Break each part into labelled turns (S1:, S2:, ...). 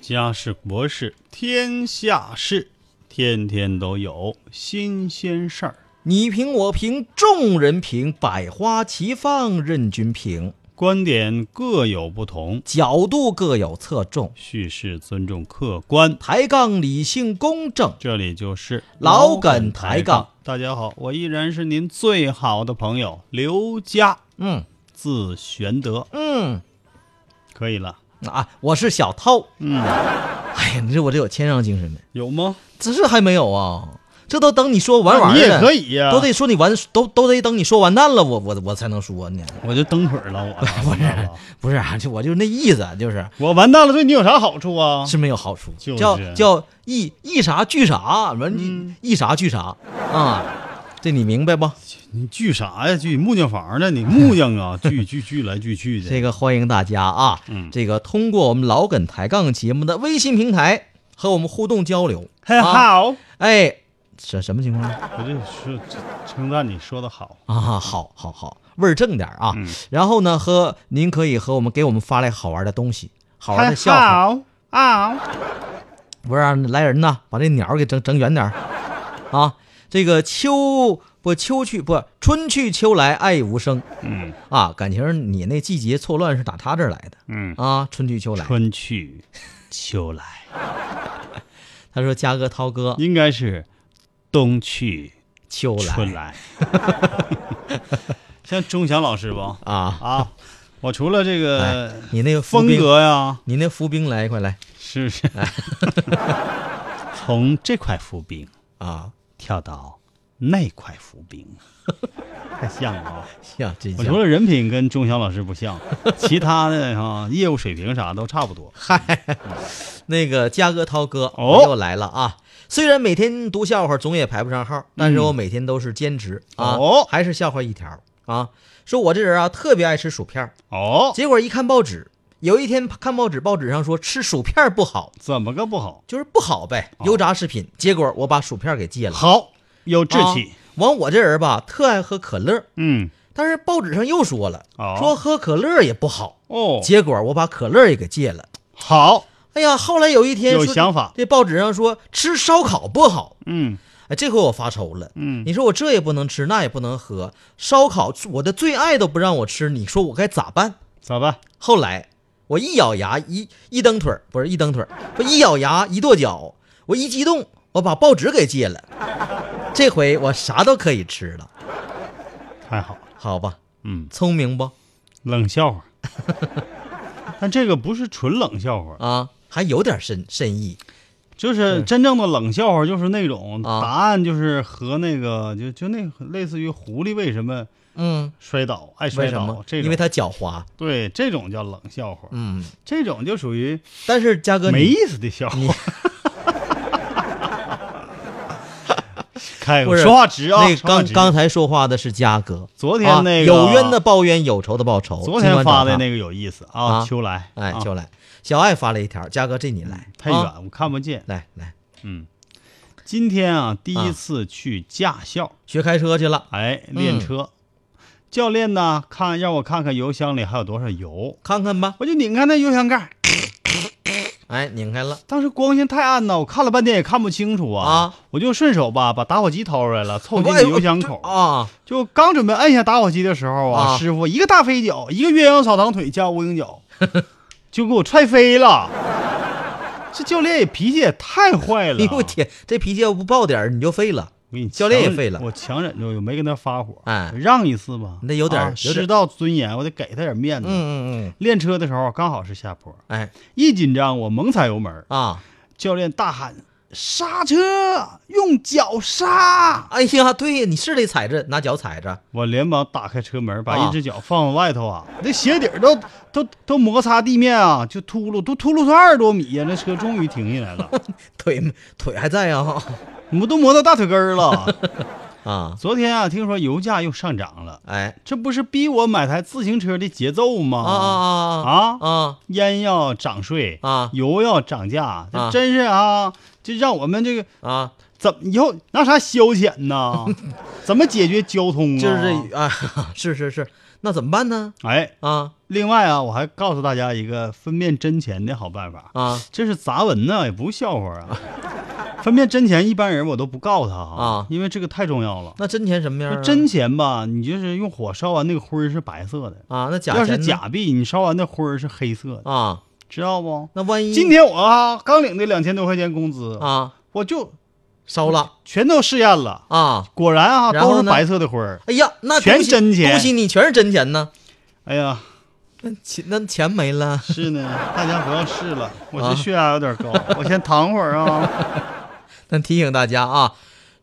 S1: 家事国事天下事，天天都有新鲜事儿。
S2: 你评我评众人评，百花齐放任君评，
S1: 观点各有不同，
S2: 角度各有侧重，
S1: 叙事尊重客观。
S2: 抬杠理性公正。
S1: 这里就是
S2: 老梗抬杠。
S1: 大家好，我依然是您最好的朋友刘佳，
S2: 嗯
S1: 字玄德。
S2: 嗯
S1: 可以了，
S2: 啊，我是小涛。
S1: 嗯，
S2: 哎呀，你说我这有谦让精神没？
S1: 有吗？
S2: 这是还没有啊？这都等你说完完
S1: 那
S2: 了，
S1: 啊你也可以呀、
S2: 都得说你完，都都得等你说完蛋了，我我我才能说呢。
S1: 我就蹬腿儿了，我完蛋了
S2: 不是、啊，就我就是那意思，就是
S1: 我完蛋了，对你有啥好处啊？
S2: 是没有好处，
S1: 就是嗯
S2: 叫叫一一啥俱啥，完你一啥俱啥啊，这你明白不？
S1: 你锯啥呀？锯木匠房呢？你木匠啊，锯锯锯来锯去的。
S2: 这个欢迎大家啊，
S1: 嗯
S2: 这个通过我们老梗抬杠节目的微信平台和我们互动 交流，
S1: 很
S2: 啊，
S1: 好，
S2: 哎，什什么情况
S1: 我就是称赞你说的好。
S2: 啊？好好好，味儿正点儿啊，
S1: 嗯
S2: 然后呢，和您可以和我们给我们发来好玩的东西，好玩的笑话。
S1: 好啊，
S2: 不是啊、来人呐，把这鸟儿给整整远点儿啊！这个秋不秋去不春去秋来爱无声
S1: 嗯
S2: 啊，感情你那季节错乱是打他这儿来的
S1: 嗯，
S2: 啊，春去秋来。
S1: 春去秋 来，
S2: 他说：“嘉哥、涛哥，
S1: 应该是冬去
S2: 秋来
S1: 春来。 像钟祥老师 不
S2: 啊，
S1: 啊？我除了这个
S2: 你那个伏
S1: 风
S2: 兵，
S1: 格呀，
S2: 你那伏兵来，快来
S1: 是不是？哎 从这块浮冰
S2: 啊！
S1: 跳到那块浮 冰，太像了啊！
S2: 呀，这
S1: 我
S2: 家
S1: 除了人品跟钟祥老师不像，其他的哈业务水平啥都差不多。
S2: 那个嘉哥、涛哥，
S1: 哦
S2: 我又来了啊！虽然每天读笑话总也排不上号，但是我每天都是坚持啊
S1: 嗯哦，
S2: 还是笑话一条啊。说我这人啊，特别爱吃薯片儿。”
S1: 哦，
S2: 结果一看报纸，有一天看报纸，报纸上说吃薯片不好，
S1: 怎么个不好？
S2: 就是不好呗，油炸食品。结果我把薯片给戒了，
S1: 哦好，有志气
S2: 啊。完，我这人吧，特爱喝可乐，
S1: 嗯，
S2: 但是报纸上又说了，
S1: 哦
S2: 说喝可乐也不好。
S1: 哦，
S2: 结果我把可乐也给戒了。
S1: 好，
S2: 哎呀，后来有一天
S1: 有
S2: 说
S1: 想法
S2: 这报纸上说吃烧烤不好。
S1: 嗯
S2: 哎，这回我发愁了。
S1: 嗯，
S2: 你说我这也不能吃，那也不能喝，烧烤我的最爱都不让我吃，你说我该咋办？
S1: 咋办？
S2: 后来我一咬牙，一一蹬腿儿，不是一蹬腿儿，不一咬牙，一跺脚，我一激动，我把报纸给戒了。这回我啥都可以吃了，
S1: 太好了，
S2: 好吧？
S1: 嗯，
S2: 聪明不？
S1: 冷笑话， 但这个不是纯冷笑话，
S2: 啊，还有点深深意
S1: 就是真正的冷笑话，就是那种
S2: 啊
S1: 答案就是和那个就就那类似于狐狸为什么
S2: 嗯，
S1: 摔倒爱摔
S2: 为什
S1: 倒
S2: 么？
S1: 这种，
S2: 因为他狡猾。
S1: 对这种叫冷笑话，
S2: 嗯，
S1: 这种就属于
S2: 但是嘉哥，
S1: 没意
S2: 你
S1: 思的笑
S2: 你
S1: 话。 开
S2: 不
S1: 个
S2: 是
S1: 说话直啊，
S2: 那个
S1: 说话
S2: 刚
S1: 直
S2: 刚才说话的是嘉哥，
S1: 昨天那个
S2: 啊有冤的抱冤，有仇的报仇。
S1: 昨天发的
S2: 个，
S1: 那个有意思
S2: 啊
S1: 啊，秋来，
S2: 哎，
S1: 啊嗯
S2: 就来小爱发了一条，嘉哥这你来，
S1: 太
S2: 啊
S1: 远，我看不见。
S2: 来来
S1: 嗯，今天啊，第一次去驾校，
S2: 学开车去了，
S1: 哎，练车。教练呢，看让我看看油箱里还有多少油，
S2: 看看吧。
S1: 我就拧开那油箱盖儿，
S2: 哎，拧开了，
S1: 当时光线太暗呐，我看了半天也看不清楚啊，
S2: 啊
S1: 我就顺手吧把打火机掏出来了，凑近
S2: 哎呦
S1: 油箱口，
S2: 啊，
S1: 就刚准备按下打火机的时候啊，
S2: 啊
S1: 师傅一个大飞脚，一个鸳鸯扫堂腿加无影脚， 就给我踹飞了。 这教练也脾气也太坏了
S2: 哎，呦我天，这脾气要不爆点儿你就废了。
S1: 我给你
S2: 教练也
S1: 强忍
S2: 废了
S1: 我强忍住，我没跟他发火，
S2: 哎
S1: 让一次吧，
S2: 你得有点
S1: 啊
S2: 有点
S1: 师道尊严，我得给他点面子。
S2: 嗯嗯嗯，
S1: 练车的时候刚好是下坡，
S2: 哎
S1: 一紧张我猛踩油门，
S2: 啊，
S1: 教练大喊：“刹车，用脚刹。
S2: 哎呀，对呀，你是得踩着，拿脚踩着。
S1: 我连忙打开车门，把
S2: 啊
S1: 一只脚放外头啊，那鞋底儿都都都摩擦地面啊，就秃噜，都秃噜出二十多米啊呀、那车终于停下来 了，
S2: 腿腿还在啊
S1: 我们都磨到大腿根儿了。
S2: 啊！
S1: 昨天啊，听说油价又上涨了，
S2: 哎
S1: 这不是逼我买台自行车的节奏吗？
S2: 啊啊啊
S1: 啊
S2: 啊
S1: 烟要涨税
S2: 啊
S1: 油要涨价，这
S2: 啊
S1: 真是啊，这让我们这个
S2: 啊啊！
S1: 怎么以后拿啥消遣呢？ 怎么解决交通啊？
S2: 就是啊， 是是是，那怎么办呢？
S1: 哎，
S2: 啊
S1: 另外啊，我还告诉大家一个分辨真钱的好办法，
S2: 啊
S1: 这是杂文呢、也不是笑话啊。分辨真钱，一般人我都不告诉他
S2: 啊
S1: 因为这个太重要了。
S2: 那真钱什么样
S1: 那
S2: 啊？
S1: 真钱吧，你就是用火烧完那个灰儿是白色的，
S2: 啊，那假
S1: 要是
S2: 钱呢
S1: 假币，你烧完那灰儿是黑色的，
S2: 啊，
S1: 知道不？
S2: 那万一
S1: 今天我啊刚领的两千多块钱工资，
S2: 啊
S1: 我就
S2: 烧了
S1: 全都试验了，
S2: 啊，
S1: 果然啊
S2: 然后
S1: 都
S2: 呢
S1: 是白色的灰儿。
S2: 哎呀，那
S1: 全
S2: 恭喜
S1: 真钱
S2: 恭喜你全是真钱呢。
S1: 哎呀，
S2: 那钱那钱没了，
S1: 是呢，大家不要试了，我
S2: 啊
S1: 这血压有点高，我先躺会儿啊。
S2: 但提醒大家啊，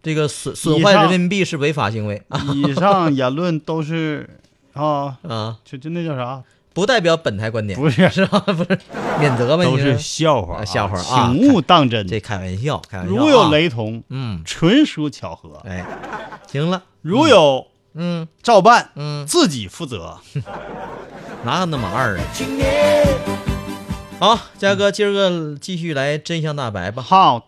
S2: 这个损损
S1: 以
S2: 坏
S1: 上
S2: 人民币是违法行为啊
S1: 以上言论都是啊，
S2: 啊，
S1: 就就那叫啥？
S2: 不代表本台观点，
S1: 不是，
S2: 是吧？ 不是免责吧？
S1: 都
S2: 你
S1: 是
S2: 是
S1: 笑话
S2: 啊
S1: 啊，
S2: 笑话啊
S1: 请勿当真，
S2: 这开玩笑，开玩笑、啊。
S1: 如有，雷同，
S2: 嗯，
S1: 纯属巧合。
S2: 哎，行了，
S1: 如有
S2: 嗯，
S1: 照办，
S2: 嗯
S1: 自己负责。
S2: 哪有那么二啊？好，嘉哥，今儿个继续来真相大白吧。
S1: 好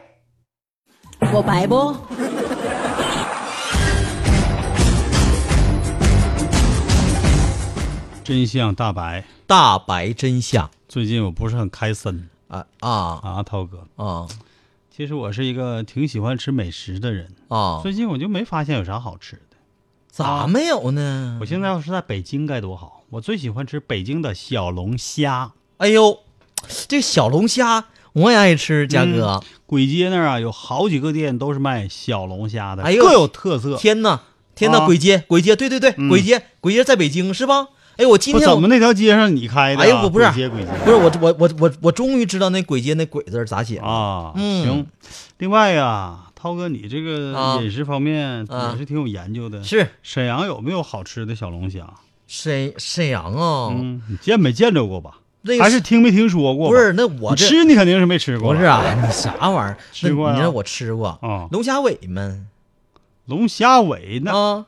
S3: 我白不？
S1: 真相大白。
S2: 大白真相
S1: 最近我不是很开森
S2: 啊啊
S1: 啊，涛哥。
S2: 啊
S1: 其实我是一个挺喜欢吃美食的人，
S2: 啊！
S1: 最近我就没发现有啥好吃的。
S2: 咋没有呢
S1: 我？现在要是在北京该多好！我最喜欢吃北京的小龙虾，
S2: 哎呦，这小龙虾我也爱吃，嘉哥。
S1: 簋街那儿啊，有好几个店都是卖小龙虾的，
S2: 哎呦
S1: 各有特色。
S2: 天呐，天呐，
S1: 啊
S2: 簋街，簋街，对对对，簋街，簋街在北京是吧？哎，我今
S1: 不
S2: 天
S1: 怎么
S2: 我
S1: 那条街上你开的啊？
S2: 哎呦，我不是
S1: 簋街簋街
S2: 不是我我我我我终于知道那簋街那簋字儿咋写了
S1: 啊，
S2: 嗯
S1: 行。另外呀、涛哥，你这个
S2: 啊
S1: 饮食方面
S2: 啊
S1: 也是挺有研究的。
S2: 是
S1: 沈阳有没有好吃的小龙虾？
S2: 沈沈阳啊，
S1: 嗯，你见没见着过吧？
S2: 那个
S1: 还是听没听说过吧？
S2: 哎不是那我
S1: 你
S2: 这
S1: 吃你肯定是没吃过。
S2: 不是啊，你啥 玩意儿？
S1: 吃
S2: 那
S1: 过呀
S2: 你让我吃过
S1: 啊
S2: 龙虾尾们
S1: 龙虾尾那，
S2: 啊，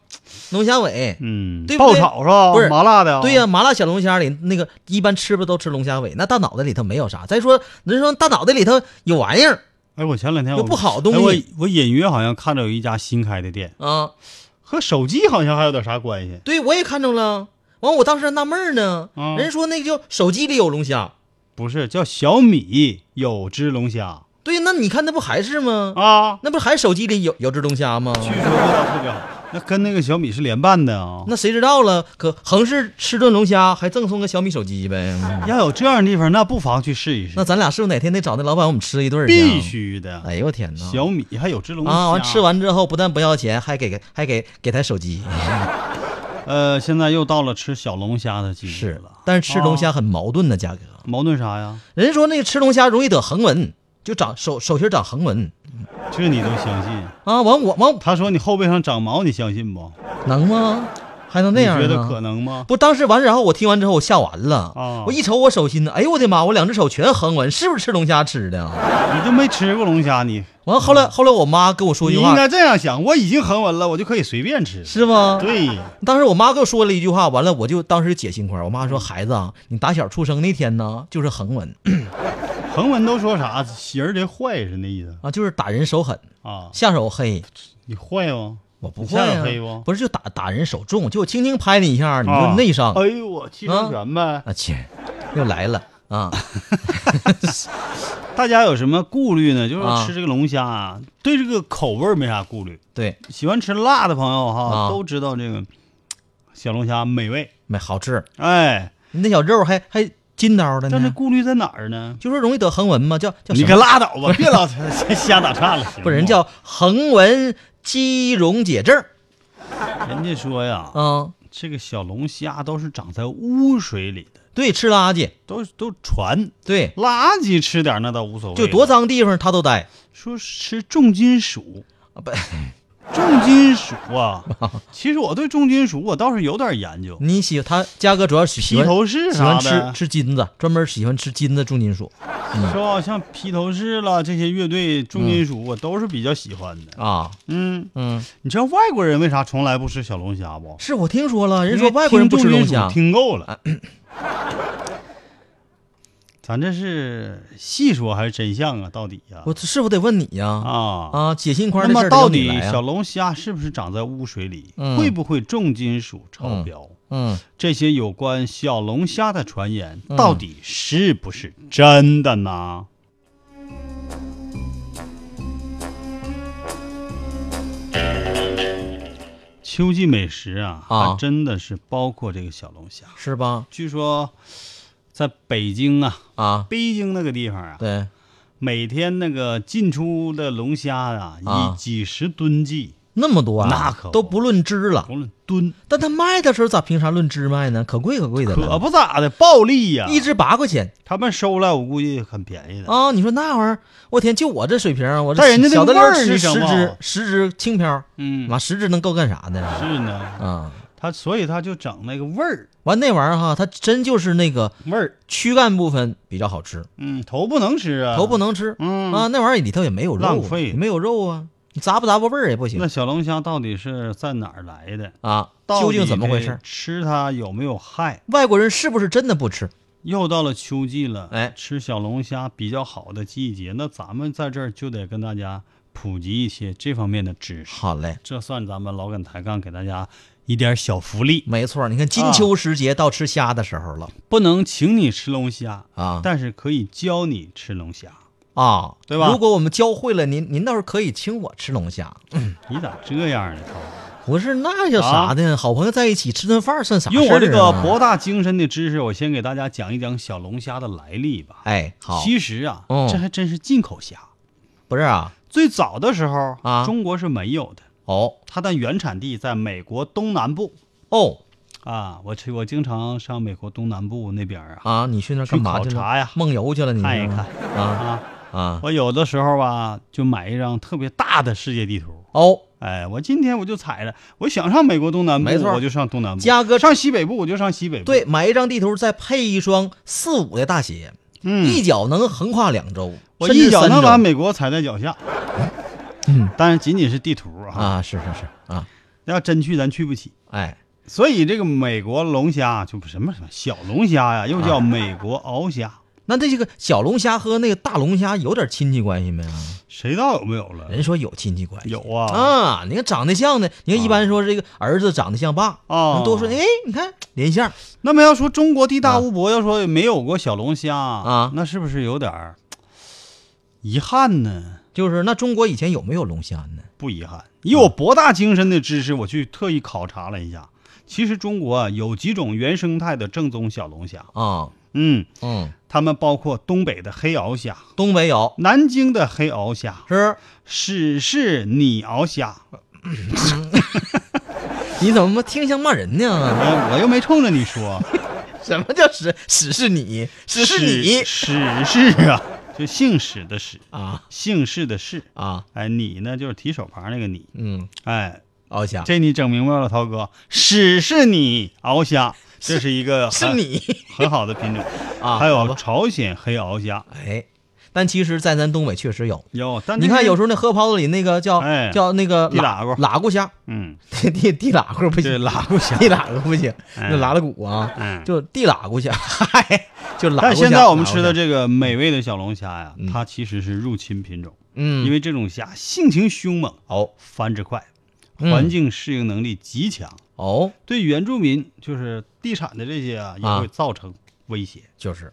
S2: 龙虾尾，
S1: 嗯，
S2: 对不
S1: 爆
S2: 对
S1: 炒是吧？
S2: 不是
S1: 麻辣的、啊
S2: 对呀，，麻辣小龙虾里那个一般吃不都吃龙虾尾？那大脑袋里头没有啥。再说人说大脑袋里头有玩意儿
S1: 哎，我前两天我
S2: 有不好东
S1: 哎
S2: 西
S1: 我我隐约好像看到有一家新开的店，
S2: 啊，
S1: 和手机好像还有点啥关系。
S2: 对我也看着了。完，我当时还纳闷儿呢，
S1: 啊
S2: 人说那个叫手机里有龙虾，
S1: 不是叫小米有只龙虾
S2: 对，那你看那不还是吗？
S1: 啊？
S2: 那不还手机里有有只龙虾吗？
S1: 据说味道特别好， 那跟那个小米是连办的啊。
S2: 那谁知道了？可横是吃顿龙虾，还赠送个小米手机呗。
S1: 要有这样的地方，那不妨去试一试。
S2: 那咱俩是不是哪天得找那老板我们吃一顿儿去啊
S1: 必！须的。
S2: 哎呦我天哪！
S1: 小米还有只龙虾
S2: 啊，完吃，完之后不但不要钱，还给还给给台手机。
S1: 哎呃，现在又到了吃小龙虾的季节
S2: 是
S1: 了，，哦
S2: 但是吃龙虾很矛盾的，价格。
S1: 矛盾啥呀？
S2: 人说那个吃龙虾容易得横纹，就长手手心长横纹
S1: 这你都相信？
S2: 啊。完我完
S1: 他说你后背上长毛，你相信不？
S2: 能吗？还能那
S1: 你
S2: 样
S1: 觉得
S2: 呢
S1: 可能吗？
S2: 不，当时完，然后我听完之后，我吓完了。
S1: 啊
S2: 我一瞅我手心呢，哎呦我的妈！我两只手全横纹，是不是吃龙虾吃的啊？
S1: 你就没吃过龙虾，你
S2: 完后来后来我妈跟我说一
S1: 你
S2: 句
S1: 应
S2: 话，
S1: 该这样想，我已经横纹了，我就可以随便吃。
S2: 是吗？
S1: 对，
S2: 当时我妈跟我说了一句话，完了我就当时解心宽。我妈说：“孩子啊，你打小出生那天呢，就是横纹
S1: 横纹都说啥形儿贼坏是那意思
S2: 啊，就是打人手狠，
S1: 啊？
S2: 下手黑。
S1: 你坏吗？
S2: 我不
S1: 你
S2: 会、
S1: 下
S2: 啊
S1: 手黑不，
S2: 不是就打打人手重，就轻轻拍你一下，你就
S1: 啊
S2: 内伤。
S1: 哎呦我气
S2: 啊
S1: 生拳呗。
S2: 啊切，又来了。啊，
S1: 大家有什么顾虑呢？就是说
S2: 啊
S1: 吃这个龙虾啊，对这个口味儿没啥顾虑。
S2: 对，
S1: 喜欢吃辣的朋友哈，
S2: 啊
S1: 都知道这个小龙虾美味。
S2: 没好吃，
S1: 哎，
S2: 那小肉还还筋道的
S1: 但是
S2: 呢，
S1: 顾虑在哪儿呢？
S2: 就说容易得横纹嘛，叫叫
S1: 你
S2: 什
S1: 可
S2: 么？
S1: 拉倒吧，别老瞎 打岔了。
S2: 不是人叫横纹肌溶解症
S1: 人家说呀，
S2: 啊，
S1: 这个小龙虾都是长在污水里的，
S2: 对，吃垃圾，
S1: 都都传
S2: 对，
S1: 垃圾吃点儿那倒无所谓，
S2: 就多。脏地方他都待，
S1: 说吃重金属，
S2: 啊不，
S1: 重金属啊，其实我对重金属我倒是有点研究，
S2: 你喜他嘉哥主要喜喜
S1: 披
S2: 欢
S1: 头士
S2: 喜欢
S1: 啥
S2: 吃
S1: 的，
S2: 吃金子，专门喜欢吃金子重金属
S1: 是吧？像披头士啦这些乐队重金属我都是比较喜欢的。
S2: 啊，
S1: 嗯，
S2: 嗯，
S1: 你知道外国人为啥从来不吃小龙虾不？
S2: 是我听说了，人说外国人不吃
S1: 因为
S2: 龙
S1: 听重金
S2: 虾啊
S1: 属，听够了。 咱这是细说还是真相啊？到底呀、
S2: 我是否得问你呀？
S1: 啊
S2: 啊，解心宽
S1: 那
S2: 的
S1: 么
S2: 事儿
S1: 到
S2: 由你
S1: 底
S2: 来
S1: 小
S2: 啊，
S1: 龙虾是不是长在污水里？
S2: 嗯
S1: 会不会重金属超标？
S2: 嗯，
S1: 这些有关小龙虾的传言到底是不是真的呢？秋季美食啊，
S2: 啊
S1: 还真的是包括这个小龙虾。
S2: 是吧？
S1: 据说，在北京啊，
S2: 啊，
S1: 北京那个地方啊，
S2: 对，
S1: 每天那个进出的龙虾啊，
S2: 啊
S1: 以几十吨计，
S2: 那么多啊，
S1: 那可不
S2: 都不论只了。
S1: 无论吨，
S2: 但他卖的时候咋凭啥论只卖呢？可贵可贵的
S1: 可啊
S2: 了，
S1: 不啊咋的，暴利呀、
S2: 一只八块钱
S1: 他们收来，我估计很便宜的。
S2: 啊！你说那玩意儿，我天，就我这水平，我这
S1: 但人家那
S2: 小的溜儿
S1: 味儿
S2: 吃
S1: 你整
S2: 十
S1: 不
S2: 只
S1: 好，
S2: 十只轻飘，
S1: 啊嗯
S2: 完十只能够干啥呢？
S1: 是呢，
S2: 啊，
S1: 他所以他就整那个味儿，
S2: 完那玩意儿哈，它真就是那个
S1: 味儿，
S2: 躯干部分比较好吃，
S1: 嗯，头不能吃啊，
S2: 头不能吃，
S1: 嗯
S2: 啊，那玩意儿里头也没有肉，
S1: 浪费
S2: 也没有肉啊，你咂吧咂吧味儿也不
S1: 那
S2: 行
S1: 小龙虾到底是在哪儿来的？
S2: 啊，
S1: 到底
S2: 究竟怎么回事
S1: 这？吃它有没有害？
S2: 外国人是不是真的不吃？
S1: 又到了秋季了，
S2: 哎
S1: 吃小龙虾比较好的季节，那咱们在这儿就得跟大家普及一些这方面的知识，
S2: 好嘞，
S1: 这算咱们老梗抬杠给大家一点小福利。
S2: 没错，你看金秋时节到吃虾的时候了
S1: 不能请你吃龙虾，
S2: 啊
S1: 但是可以教你吃龙虾。
S2: 啊，
S1: 对吧
S2: 如果我们教会了您，您倒是可以请我吃龙虾。
S1: 你咋这样呢？
S2: 不是，那叫啥的？好朋友在一起吃顿饭算啥事儿
S1: 啊
S2: 啊？
S1: 用我这个博大精深的知识，我先给大家讲一讲小龙虾的来历吧。
S2: 哎，好，
S1: 其实啊，
S2: 嗯
S1: 这还真是进口虾。
S2: 不是啊，
S1: 最早的时候
S2: 啊
S1: 中国是没有的，
S2: 哦
S1: 它的原产地在美国东南部
S2: 哦
S1: 啊。我去，我经常上美国东南部那边啊，
S2: 啊，你去那儿干嘛去了？
S1: 去考察呀
S2: 梦游去了你？
S1: 看一看
S2: 啊
S1: 啊。
S2: 啊
S1: 我有的时候吧，就买一张特别大的世界地图。
S2: 哦，
S1: 哎，我今天我就踩着，我想上美国东南部，
S2: 没错
S1: 我就上东南部；
S2: 嘉哥
S1: 上西北部，我就上西北部。
S2: 对，，买一张地图，再配一双四五的大鞋，
S1: 嗯，
S2: 一脚能横跨两周，
S1: 我
S2: 甚
S1: 一
S2: 至
S1: 脚
S2: 三
S1: 能
S2: 周
S1: 把美国踩在脚下。嗯，当然仅仅是地图啊，
S2: 啊！是是是啊，
S1: 要真去咱去不起。
S2: 哎，
S1: 所以这个美国龙虾啊就不什么什么小龙虾呀，又
S2: 啊
S1: 叫美国鳌虾，
S2: 那这个小龙虾和那个大龙虾有点亲戚关系没啊？
S1: 谁知道有没有了？
S2: 人说有亲戚关系，
S1: 有啊，
S2: 哎啊，你看长得像的，你看一般说这个儿子长得像爸
S1: 啊
S2: 人都说哎，你看连相
S1: 那么要说中国地
S2: 啊
S1: 大物博，要说没有过小龙虾啊那是不是有点儿遗憾呢？
S2: 就是那中国以前有没有龙虾呢？
S1: 不遗
S2: 嗯
S1: 憾，以我博大精深的知识，我去特意考察了一下，其实中国啊有几种原生态的正宗小龙虾，
S2: 啊，
S1: 嗯，
S2: 嗯，
S1: 它们包括东北的黑鳌虾、
S2: 东北有
S1: 南京的黑鳌虾、
S2: 是？
S1: 史氏拟鳌虾。
S2: 你怎么听像骂人呢？
S1: 哎，我又没冲着你说，
S2: 什么叫屎屎是你，屎是你
S1: 史氏啊，就姓史的史，
S2: 啊
S1: 姓氏的氏。
S2: 啊，
S1: 哎，你呢就是提手旁那个你。
S2: 嗯，
S1: 哎，
S2: 鳌虾
S1: 这你整明白了，涛哥，史是你鳌虾，这是一个
S2: 是
S1: 很
S2: 你
S1: 很好的品种。
S2: 啊，
S1: 还
S2: 好
S1: 有
S2: 吧
S1: 朝鲜黑鳌虾，
S2: 哎，但其实，在咱东北确实有。
S1: 有，但
S2: 你看，有时
S1: 候
S2: 候那河泡子里那个叫、
S1: 哎
S2: 叫那个
S1: 地喇
S2: 喇
S1: 咕
S2: 喇咕虾，
S1: 嗯，
S2: 地地地喇咕不
S1: 对
S2: 行，
S1: 喇咕虾
S2: 地喇咕不行，
S1: 哎
S2: 那喇喇骨啊，
S1: 嗯
S2: 就地喇咕虾，嗨，就喇咕虾。
S1: 但现在我们
S2: 喇咕
S1: 吃的
S2: 虾，
S1: 这个美味的小龙虾呀
S2: 嗯，
S1: 它其实是入侵品种，
S2: 嗯，
S1: 因为这种虾性情凶猛，
S2: 哦
S1: 繁殖快，
S2: 嗯
S1: 环境适应能力极强，
S2: 哦，
S1: 对原住民就是地产的这些啊也
S2: 啊
S1: 会造成威胁。
S2: 就是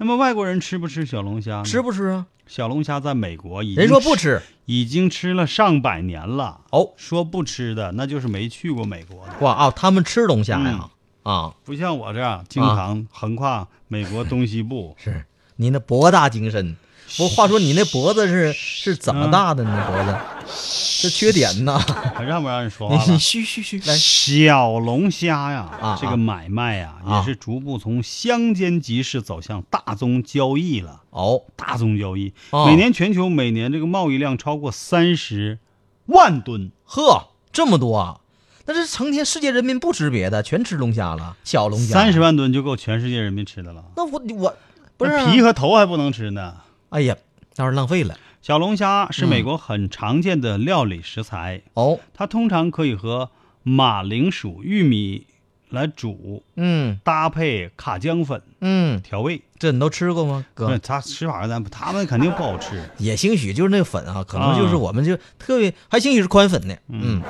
S1: 那么外国人吃不吃小龙虾呢？
S2: 吃不吃啊？
S1: 小龙虾在美国嗯已经
S2: 人说不
S1: 吃，
S2: 吃，
S1: 已经吃了上百年了。
S2: 哦，
S1: 说不吃的那就是没去过美国的，
S2: 哇啊，他们吃龙虾
S1: 嗯
S2: 呀？啊，
S1: 不像我这样经常横跨美国东西 部。
S2: 是你那博大精深。不，话说你那脖子是是怎么
S1: 嗯啊
S2: 大的？你那脖子是缺点呐？
S1: 还让不让人说话
S2: 你你
S1: 了？
S2: 嘘嘘嘘，来，
S1: 小龙虾呀，
S2: 啊
S1: 这个买卖呀，
S2: 啊
S1: 也是逐步从乡间集市走向大宗交易了。
S2: 哦，
S1: 大宗交易，
S2: 哦
S1: 每年全球每年这个贸易量超过三十万吨。
S2: 呵，这么多啊！那这成天世界人民不吃别的，全吃龙虾了，小龙虾。
S1: 三十，万吨就够全世界人民吃的了，
S2: 那我我不是、啊
S1: 那皮和头还不能吃呢。
S2: 哎呀，那玩意儿浪费了。
S1: 小龙虾是
S2: 嗯
S1: 美国很常见的料理食材，
S2: 哦，
S1: 它通常可以和马铃薯、玉米来煮，
S2: 嗯
S1: 搭配卡姜粉
S2: 嗯，
S1: 调味。
S2: 这你都吃过吗，
S1: 不是
S2: 哥？
S1: 它吃法儿咱他们肯定不好吃，
S2: 也兴许就是那个粉啊，可能就是
S1: 啊
S2: 我们就特别，还兴许是宽粉呢。嗯
S1: 嗯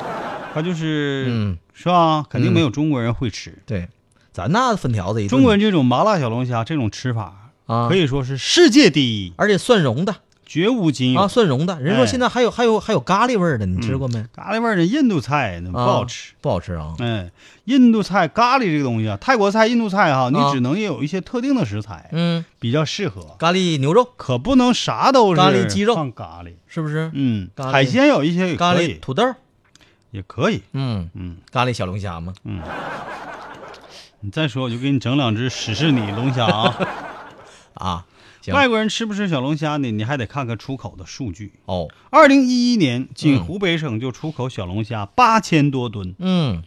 S1: 它就是、
S2: 嗯，
S1: 是吧？肯定
S2: 嗯
S1: 没有中国人会吃。
S2: 对，咱那粉条子一顿
S1: 中国人这种麻辣小龙虾这种吃法，
S2: 啊
S1: 可，以说是世界第一，
S2: 而且蒜蓉的
S1: 绝无仅有。
S2: 啊，蒜蓉的。人说
S1: 哎
S2: 现在还有还有还有咖喱味儿的，你吃过没？
S1: 咖喱味儿的印度菜那不
S2: 啊
S1: 好吃。
S2: 不好吃啊。
S1: 嗯，印度菜咖喱这个东西啊，泰国菜、印度菜哈，你
S2: 啊
S1: 只能有一些特定的食材
S2: 嗯，
S1: 比较适合，
S2: 咖喱牛肉
S1: 可不能啥都是
S2: 咖喱鸡肉
S1: 放咖喱。
S2: 是不是？
S1: 嗯，
S2: 咖喱
S1: 海鲜有一些也
S2: 咖
S1: 可
S2: 喱
S1: 以，
S2: 土豆儿，
S1: 也可以。
S2: 嗯，
S1: 嗯，
S2: 咖喱小龙虾吗？
S1: 你再说我就给你整两只史诗你龙虾啊！
S2: 啊， 行
S1: 外国人吃不吃小龙虾呢？你还得看看出口的数据。
S2: 哦，
S1: 二零一一年，仅
S2: 嗯
S1: 湖北省就出口小龙虾八千多吨，
S2: 嗯，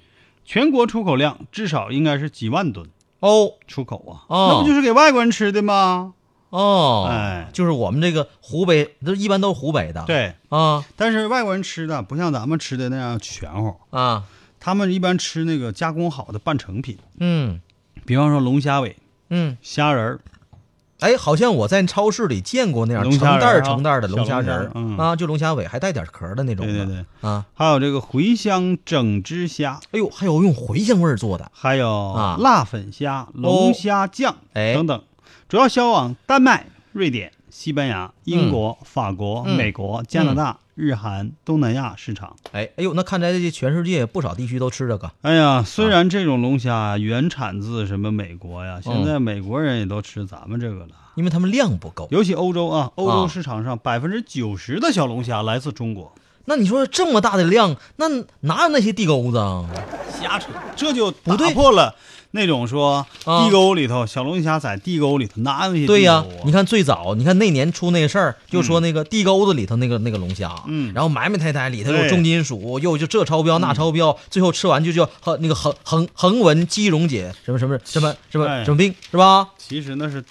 S1: 全国出口量至少应该是几万吨
S2: 哦
S1: 出口啊，
S2: 哦
S1: 那不就是给外国人吃的吗？
S2: 哦，
S1: 哎
S2: 就是我们这个湖北，都一般都是湖北的，
S1: 对，
S2: 啊
S1: 但是外国人吃的不像咱们吃的那样全乎，
S2: 啊，
S1: 他们一般吃那个加工好的半成品，
S2: 嗯
S1: 比方说龙虾尾、
S2: 嗯，
S1: 虾仁儿，
S2: 哎，好像我在超市里见过那样
S1: 龙
S2: 成
S1: 虾
S2: 袋
S1: 仁儿
S2: 儿
S1: 啊
S2: 成袋儿的龙虾
S1: 小龙虾
S2: 仁儿
S1: 嗯
S2: 啊，就龙虾尾还带点壳儿的那种
S1: 对
S2: 的，
S1: 对对，
S2: 啊，
S1: 还有这个茴香整只虾，
S2: 哎呦，还有用茴香味儿做的，
S1: 还
S2: 啊哦
S1: 有辣粉虾、龙虾酱、
S2: 哎
S1: 等等，主要销往丹麦、瑞典、西班牙、英国、法国、
S2: 嗯
S1: 美国、加拿大、日韩、东南亚市场。
S2: 哎哎呦，那看来这全世界不少地区都吃这个，
S1: 哎呀，虽然这种龙虾原产自什么美国呀，
S2: 嗯
S1: 现在美国人也都吃咱们这个了。
S2: 因为他们量不够。
S1: 尤其欧洲啊，欧
S2: 啊
S1: 洲市场上百分之九十的小龙虾来自中国，
S2: 那你说这么大的量，那哪有那些地沟子啊？
S1: 瞎扯，这就
S2: 不
S1: 打
S2: 对
S1: 破了那种说
S2: 啊
S1: 地沟里头小龙虾在地沟里头哪有那些
S2: 对
S1: 地沟
S2: 呀、
S1: 啊
S2: 你看最早，你看那年出那个事儿，就说那个地沟子里头那个那个龙虾，
S1: 嗯
S2: 然后埋埋汰汰，里头有
S1: 对
S2: 重金属，又就这超标那超
S1: 嗯
S2: 标，最后吃完就叫横那个横横横纹肌溶解什么什么什么什么
S1: 哎
S2: 什么病是吧？
S1: 其实那是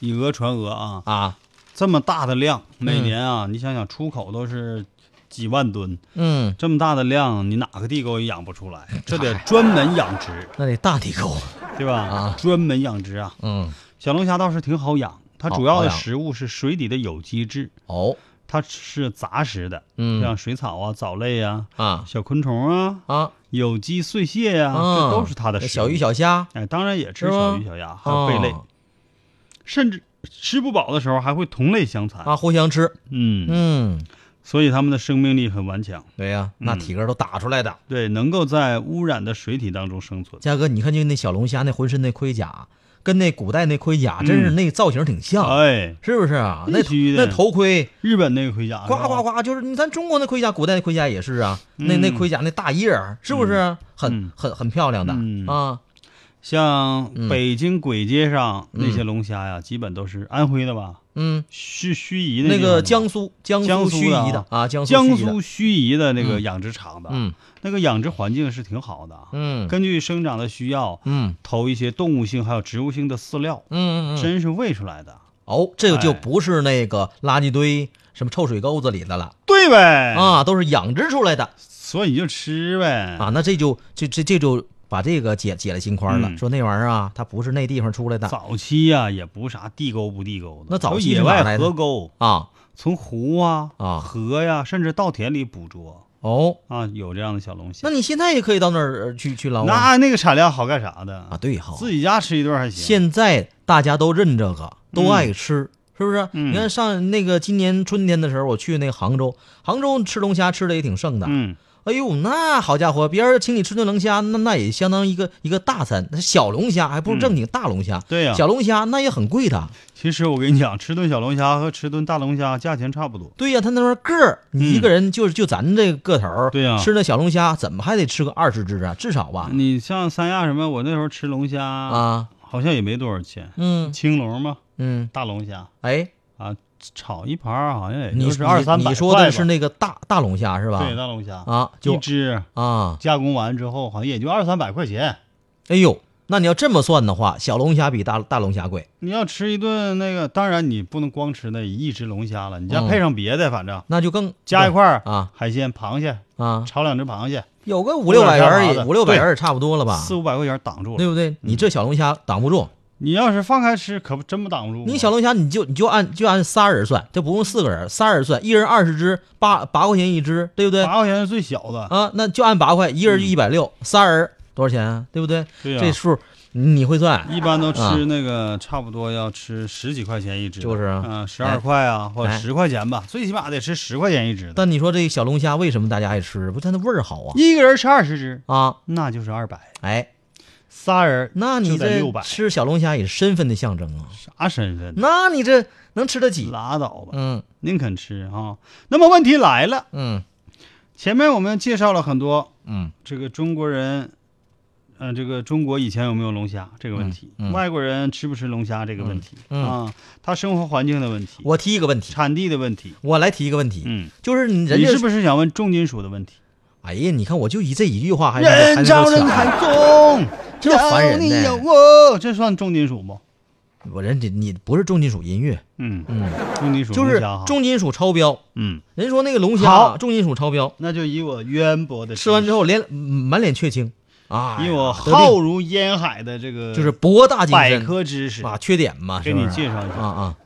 S1: 以讹传讹啊，
S2: 啊，
S1: 这么大的量，每年啊，你想想出口都是几万吨，
S2: 嗯，
S1: 这么大的量，你哪个地沟也养不出来，
S2: 哎
S1: 这得专门养殖，
S2: 那得大地沟，
S1: 对吧？
S2: 啊
S1: 专门养殖啊，
S2: 嗯，
S1: 小龙虾倒是挺好养，它
S2: 好
S1: 主要
S2: 哦好
S1: 的
S2: 养
S1: 食物是水底的有机质。
S2: 哦，
S1: 它是杂食的，
S2: 嗯
S1: 像水草啊、藻类啊、
S2: 啊
S1: 小昆虫啊、
S2: 啊，
S1: 有机碎屑呀、
S2: 嗯
S1: 啊这都是它的食物。
S2: 小鱼小虾，
S1: 哎，当然也吃
S2: 是
S1: 小
S2: 吗
S1: 鱼小鸭，还有贝类，
S2: 啊
S1: 甚至吃不饱的时候还会同类相残。
S2: 啊，互相吃，
S1: 嗯，嗯
S2: 嗯，
S1: 所以它们的生命力很顽强，
S2: 对呀、那体格都打出来的。
S1: 对，能够在污染的水体当中生存。
S2: 嘉哥，你看就那小龙虾那浑身那盔甲，跟那古代那盔甲真是
S1: 嗯
S2: 那造型挺像。
S1: 哎，
S2: 是不是啊？
S1: 必
S2: 那头
S1: 须的哎
S2: 那头盔，
S1: 日本那个盔甲，
S2: 呱呱，呱，就是你咱中国那盔甲，古代那盔甲也是啊，那那盔甲那大叶儿，是不是啊很
S1: 嗯
S2: 很很漂亮的
S1: 嗯
S2: 啊？
S1: 像
S2: 嗯
S1: 北京簋街上那些龙虾呀，基本都是安徽的吧？
S2: 嗯，
S1: 盱盱眙
S2: 那
S1: 地方
S2: 个
S1: 的
S2: 江苏江
S1: 江
S2: 苏
S1: 苏
S2: 盱
S1: 的
S2: 眙
S1: 啊
S2: 的啊，江苏
S1: 江
S2: 盱眙
S1: 苏
S2: 的，
S1: 盱眙的那个养殖场的，
S2: 嗯
S1: 那个养殖环境是挺好的，
S2: 嗯
S1: 根据生长的需要，
S2: 嗯
S1: 投一些动物性还有植物性的饲料，
S2: 嗯嗯嗯，
S1: 真是喂出来的。
S2: 哦，这个就
S1: 哎
S2: 不是那个垃圾堆什么臭水沟子里的了
S1: 对呗，，
S2: 啊，都是养殖出来的
S1: 所以你就吃呗。
S2: 啊，那这就这这这就把这个解解了心宽了，
S1: 嗯
S2: 说那玩意儿啊，它不是那地方出来的
S1: 早期呀、也不啥地沟不地沟的，
S2: 那早
S1: 都
S2: 期是
S1: 野
S2: 哪来
S1: 外
S2: 的
S1: 河沟，
S2: 啊，
S1: 从湖啊、
S2: 啊
S1: 河呀、甚至稻田里捕捉，
S2: 哦，
S1: 啊，有这样的小龙虾
S2: 那。你现在也可以到那儿呃去去捞啊？
S1: 那那个产量好干啥的
S2: 啊，对哈，
S1: 自己家吃一顿还行。
S2: 现在大家都认这个，都
S1: 嗯
S2: 爱吃，是不是？
S1: 嗯
S2: 你看上那个今年春天的时候，我去那个杭州，杭州吃龙虾吃的也挺盛的。
S1: 嗯，
S2: 哎呦，那好家伙，别人请你吃顿龙虾，那那也相当于一个一个大餐，那小龙虾还不如正经大龙虾。
S1: 嗯对呀啊
S2: 小龙虾那也很贵的。
S1: 其实我跟你讲，吃顿小龙虾和吃顿大龙虾价钱差不多。
S2: 对呀、他那边个儿，你一个人就是、就咱这个个头
S1: 嗯
S2: 儿，
S1: 对呀嗯
S2: 吃那小龙虾怎么还得吃个二十只啊，至少吧。
S1: 你像三亚什么，我那时候吃龙虾啊，
S2: 啊，
S1: 好像也没多少钱，
S2: 嗯
S1: 青龙嘛，
S2: 嗯，
S1: 大龙虾
S2: 哎，
S1: 啊，炒一盘儿好像也
S2: 你
S1: 就是二三
S2: 你
S1: 百
S2: 你说的是
S1: 块
S2: 那个大大龙虾是
S1: 吧
S2: 吧？
S1: 对大龙虾，
S2: 啊，
S1: 一
S2: 就
S1: 只
S2: 啊，
S1: 加工完之后好像也就二三百块钱。
S2: 哎呦，那你要这么算的话，小龙虾比大大龙虾贵。
S1: 你要吃一顿那个，当然你不能光吃那一只龙虾了，你再
S2: 嗯
S1: 配上别的，反正
S2: 那就更
S1: 加一块儿
S2: 啊
S1: 海鲜、螃蟹，
S2: 啊，
S1: 炒两只螃蟹，
S2: 有个五六百元儿
S1: 有点儿
S2: 也
S1: 麻烦
S2: 五六百
S1: 对
S2: 元儿也差不多了吧？
S1: 四五嗯百块钱挡住了。
S2: 对不对？你这小龙虾挡不住，
S1: 你要是放开吃，可不真不挡不住。
S2: 你小龙虾你就你就按就按仨人算，这不用四个人，仨人算，一人二十只，八八块钱一只，对不对？
S1: 八块钱是最小的，
S2: 啊，那就按八块，一人就一百六，仨人多少钱啊？对不对？
S1: 嗯对呀
S2: 这数你会算？
S1: 一般都
S2: 啊
S1: 吃那个差不多要吃十几块钱一只的，
S2: 就是啊
S1: 嗯，十
S2: 哎
S1: 二块啊，或者
S2: 哎
S1: 十块钱吧，最起码得吃十块钱一只的。
S2: 但你说这小龙虾为什么大家爱吃？不，它那味儿好啊
S1: 一个人吃二十只，
S2: 啊！
S1: 那就是二百，
S2: 哎，
S1: 仨人
S2: 那你
S1: 就得
S2: 这
S1: 六百，
S2: 吃小龙虾也是身份的象征啊！
S1: 啥身份？
S2: 那你这能吃得起？
S1: 拉倒吧，
S2: 嗯
S1: 宁肯吃啊。那么问题来了，
S2: 嗯
S1: 前面我们介绍了很多
S2: 嗯，
S1: 这个中国人，呃，这个中国以前有没有龙虾这个问题，
S2: 嗯嗯
S1: 外国人吃不吃龙虾这个问题、
S2: 嗯嗯
S1: 啊，他生活环境的问题，
S2: 我提一个问题，
S1: 产地的问题，
S2: 我来提一个问题，
S1: 嗯，
S2: 就是你人
S1: 你
S2: 家
S1: 是不是想问重金属的问题？
S2: 哎呀，你看我就一这一句话还
S1: 人
S2: 招
S1: 招人喊重，
S2: 这烦人呢
S1: 有哦我，这算重金属不？
S2: 我人你你不是重金属音乐，
S1: 嗯，
S2: 嗯，
S1: 重金属
S2: 就
S1: 龙
S2: 是
S1: 虾哈
S2: 重金属超标。
S1: 嗯，
S2: 人说那个龙虾啊
S1: 好
S2: 重金属超标，
S1: 那就以我渊博的
S2: 吃完之
S1: 后，
S2: 后脸嗯满脸血青啊，
S1: 以我
S2: 得病
S1: 浩如烟海的这个
S2: 就是博大精
S1: 百
S2: 深
S1: 科知识
S2: 啊，缺点嘛，
S1: 给
S2: 是不
S1: 你
S2: 是
S1: 介绍一
S2: 啊
S1: 下，
S2: 啊，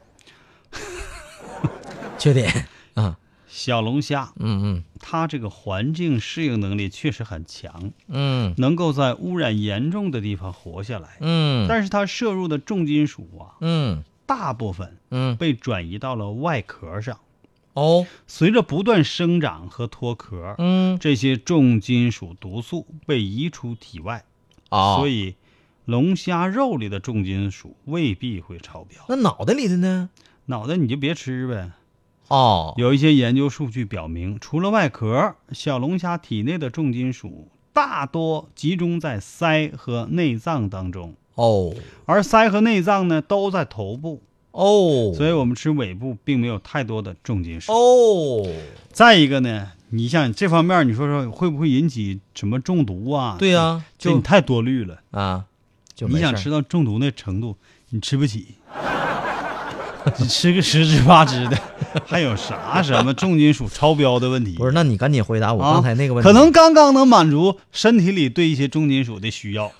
S2: 缺点啊，
S1: 小龙虾
S2: 嗯
S1: 它这个环境适应能力确实很强，
S2: 嗯
S1: 能够在污染严重的地方活下来，
S2: 嗯嗯
S1: 但是它摄入的重金属啊，
S2: 嗯
S1: 大部分
S2: 嗯
S1: 被转移到了外壳上，
S2: 哦
S1: 随着不断生长和脱壳，
S2: 嗯
S1: 这些重金属毒素被移出体外，
S2: 啊，
S1: 所以龙虾肉里的重金属未必会超标。
S2: 那脑袋里的呢？
S1: 脑袋你就别吃呗。
S2: 哦，
S1: 有一些研究数据表明，除了外壳，小龙虾体内的重金属大多集中在鳃和内脏当中，
S2: 哦
S1: 而鳃和内脏呢都在头部，
S2: 哦，
S1: 所以我们吃尾部并没有太多的重金属。
S2: 哦，
S1: 再一个呢，你像这方面，你说说会不会引起什么中毒啊？
S2: 对呀、
S1: 这你
S2: 就
S1: 太多虑了。
S2: 啊，就
S1: 你
S2: 没
S1: 想
S2: 事儿
S1: 吃到中毒那程度，你吃不起， 你吃个十只八只的，还有啥什么重金属超标的问题？
S2: 不是？那你赶紧回答我
S1: 啊，
S2: 刚才那个问题。
S1: 可能刚刚能满足身体里对一些重金属的需 要，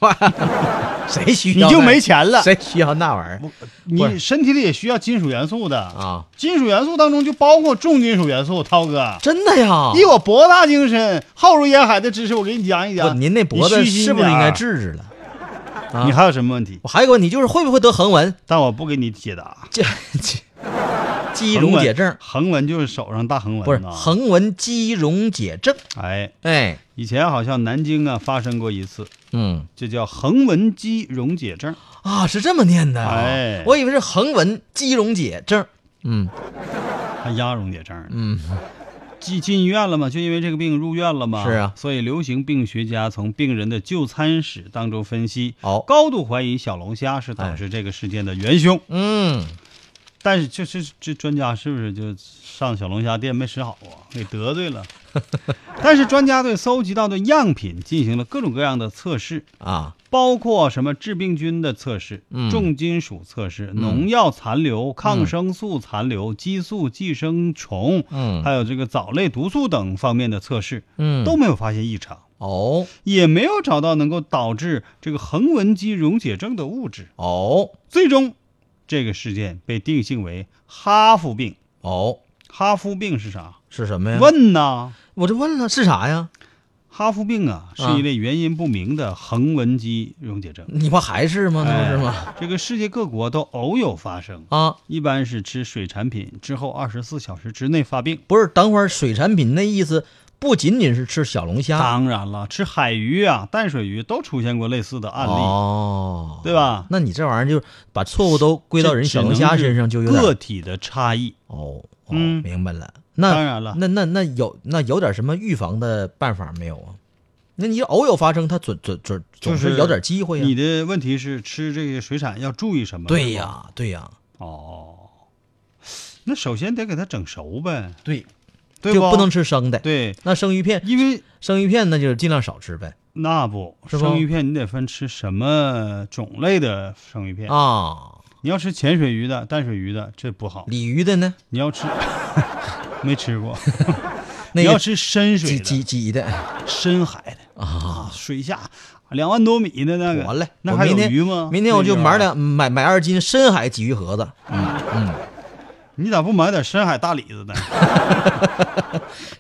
S2: 谁需
S1: 你
S2: 要那？
S1: 就没钱了。
S2: 谁需要那玩意儿不
S1: 你
S2: 是
S1: 身体里也需要金属元素的
S2: 啊？
S1: 金属元素当中就包括重金属元素，涛哥。
S2: 真的呀？
S1: 以我博大精深、浩如烟海的知识，我给你讲一
S2: 不，
S1: 讲。
S2: 您那脖子
S1: 啊你虚心
S2: 是不是应该
S1: 点儿？
S2: 治治了？啊
S1: 你还有什么问题？
S2: 我还有个问题，就是会不会得横纹？
S1: 但我不给你解答。
S2: 这这肌溶解症
S1: 横纹就是手上大横纹，啊
S2: 不是
S1: 呐。
S2: 横纹肌溶解症？
S1: 哎，
S2: 哎，
S1: 以前好像南京啊发生过一次，
S2: 嗯
S1: 这叫横纹肌溶解症。
S2: 啊，是这么念的啊。
S1: 哎
S2: 我以为是横纹肌溶解症。嗯
S1: 还压溶解症呢。
S2: 嗯，
S1: 进进医院了嘛，就因为这个病入院了嘛。
S2: 是啊
S1: 所以流行病学家从病人的就餐史当中分析，
S2: 好，哎
S1: 高度怀疑小龙虾是导致这个事件的元凶。
S2: 嗯，
S1: 但是这这这专家是不是就上小龙虾店没吃好啊，给得罪 了？但是专家对搜集到的样品进行了各种各样的测试，
S2: 啊，
S1: 包括什么致病菌的测试、
S2: 嗯
S1: 重金属测试、农药残留、抗生素残留、激素、寄生虫，
S2: 嗯
S1: 还有这个藻类毒素等方面的测试，
S2: 嗯，
S1: 都没有发现异常，
S2: 哦
S1: 也没有找到能够导致这个横纹肌溶解症的物质。
S2: 哦
S1: 最终，这个事件被定性为哈夫病。
S2: 哦，
S1: 哈夫病是啥？
S2: 是什么呀？
S1: 问呐，
S2: 我就问了是啥呀？
S1: 哈夫病啊是
S2: 啊
S1: 一类原因不明的横纹肌溶解症，
S2: 你不还是吗？那不是吗？
S1: 哎这个世界各国都偶有发生，
S2: 啊，
S1: 一般是吃水产品之后二十四小时之内发病。
S2: 不是，等会儿水产品那意思不仅仅是吃小龙虾
S1: 当然了，吃海鱼啊、淡水鱼都出现过类似的案例，
S2: 哦，
S1: 对吧？
S2: 那你这玩意儿就把错误都归到人小龙虾身上，就有
S1: 这只能是个
S2: 点
S1: 体的差异。
S2: 哦，哦
S1: 嗯
S2: 明白了。那
S1: 当然了
S2: 那那那有那有点什么预防的办法没有啊？那你偶有发生，它准准准总
S1: 就是
S2: 是有点机会呀、啊
S1: 你的问题是吃这个水产要注意什么？
S2: 对
S1: 是吧
S2: 呀、对呀、
S1: 哦，那首先得给它整熟呗，
S2: 对，
S1: 对
S2: 就
S1: 不
S2: 不能吃生的。，
S1: 对，
S2: 那生鱼片，
S1: 因为
S2: 生鱼片那就尽量少吃呗。
S1: 那不
S2: 是不
S1: 生鱼片，你得分吃什么种类的生鱼片。
S2: 啊，
S1: 你要吃浅水鱼的、淡水鱼的，这不好。
S2: 鲤鱼的呢？
S1: 你要吃， 没吃过。
S2: 那
S1: 你
S2: 个
S1: 要吃深水
S2: 挤
S1: 的、
S2: 挤挤的
S1: 深海的啊，水下两万多米的那个，
S2: 完了，
S1: 那
S2: 我
S1: 还有
S2: 明天
S1: 鱼吗？
S2: 明天我就
S1: 那个玩意
S2: 买
S1: 儿，
S2: 两买买二斤深海鲫鱼盒子，
S1: 你咋不买点深海大李子呢？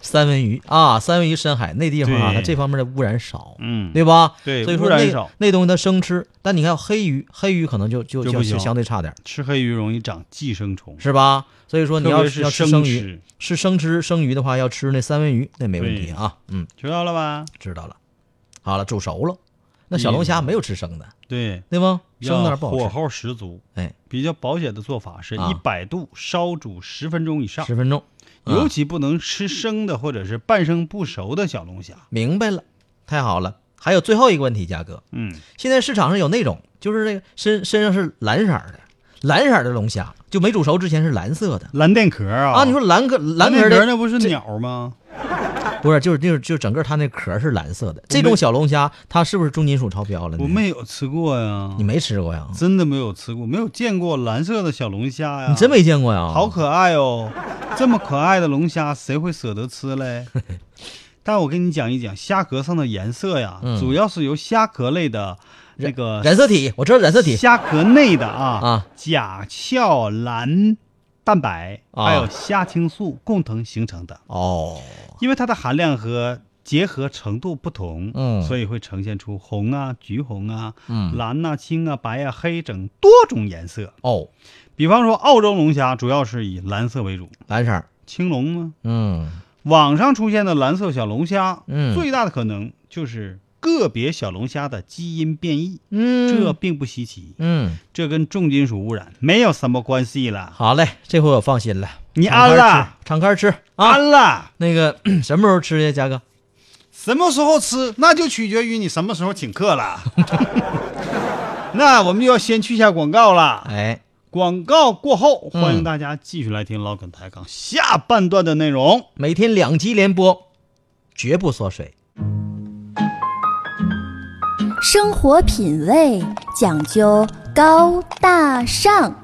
S2: 三文鱼啊，三文鱼深海那地方啊，
S1: 对
S2: 它这方面的污染少，
S1: 嗯，
S2: 对吧？
S1: 对
S2: 所以
S1: 污
S2: 说
S1: 染
S2: 那
S1: 少
S2: 那东西它生吃，但你看黑鱼，黑鱼可能就就
S1: 就不行
S2: 相对差点，
S1: 吃黑鱼容易长寄生虫，
S2: 是吧？所以说你
S1: 特
S2: 要
S1: 别
S2: 要
S1: 是
S2: 吃
S1: 生
S2: 鱼，
S1: 吃，
S2: 是生吃生鱼的话，要吃那三文鱼，那没问
S1: 对哎
S2: 题啊。嗯，
S1: 知道了吧？
S2: 知道了。好了，煮熟了，那小龙虾没有吃生的，
S1: 对，
S2: 对吗？生
S1: 要
S2: 的点不好
S1: 火
S2: 吃，
S1: 候十足。
S2: 哎，
S1: 比较保险的做法是
S2: 啊
S1: 一百度烧煮十分钟以上，
S2: 十分钟。啊
S1: 尤其不能吃生的或者是半生不熟的小龙虾。
S2: 明白了，太好了。还有最后一个问题，嘉哥，
S1: 嗯，
S2: 现在市场上有那种就是那个身身上是蓝色儿的，蓝色儿的龙虾，就没煮熟之前是蓝色的
S1: 蓝靛壳啊，
S2: 啊。你说蓝壳
S1: 蓝
S2: 蓝壳
S1: 靛
S2: 的
S1: 那不是鸟吗？
S2: 不是，就是就是就整个它那壳是蓝色的，这种小龙虾它是不是重金属超标了呢？
S1: 我没有吃过呀
S2: 你，没吃过呀？
S1: 真的没有吃过，没有见过蓝色的小龙虾呀。
S2: 你真没见过呀？
S1: 啊好可爱哦！这么可爱的龙虾，谁会舍得吃 嘞？但我跟你讲一讲，虾壳上的颜色呀，
S2: 嗯
S1: 主要是由虾壳类的那个
S2: 染色体，我知道染色体
S1: 虾壳内的啊
S2: 啊
S1: 甲壳蓝蛋白、
S2: 啊
S1: 还有虾青素共同形成的。
S2: 哦，
S1: 因为它的含量和结合程度不同，
S2: 嗯
S1: 所以会呈现出红啊、橘红啊、
S2: 嗯
S1: 蓝呐、青啊、白啊、黑整多种颜色。
S2: 哦，
S1: 比方说，澳洲龙虾主要是以蓝色为主，
S2: 蓝色儿，
S1: 青龙吗？
S2: 嗯
S1: 网上出现的蓝色小龙虾，
S2: 嗯
S1: 最大的可能就是个别小龙虾的基因变异，
S2: 嗯，
S1: 这并不稀奇，
S2: 嗯
S1: 这跟重金属污染没有什么关系了。
S2: 好嘞，这回我放心了，
S1: 你
S2: 敞开
S1: 安了
S2: 吃，敞开吃啊。
S1: 安了，
S2: 那个 什么时候吃呀，嘉哥？
S1: 什么时候吃，那就取决于你什么时候请客了。 那我们就要先去一下广告了。
S2: 哎，
S1: 广告过后，
S2: 嗯
S1: 欢迎大家继续来听老耿抬杠下半段的内容。
S2: 每天两集连播，绝不缩水。
S4: 生活品味讲究高大上，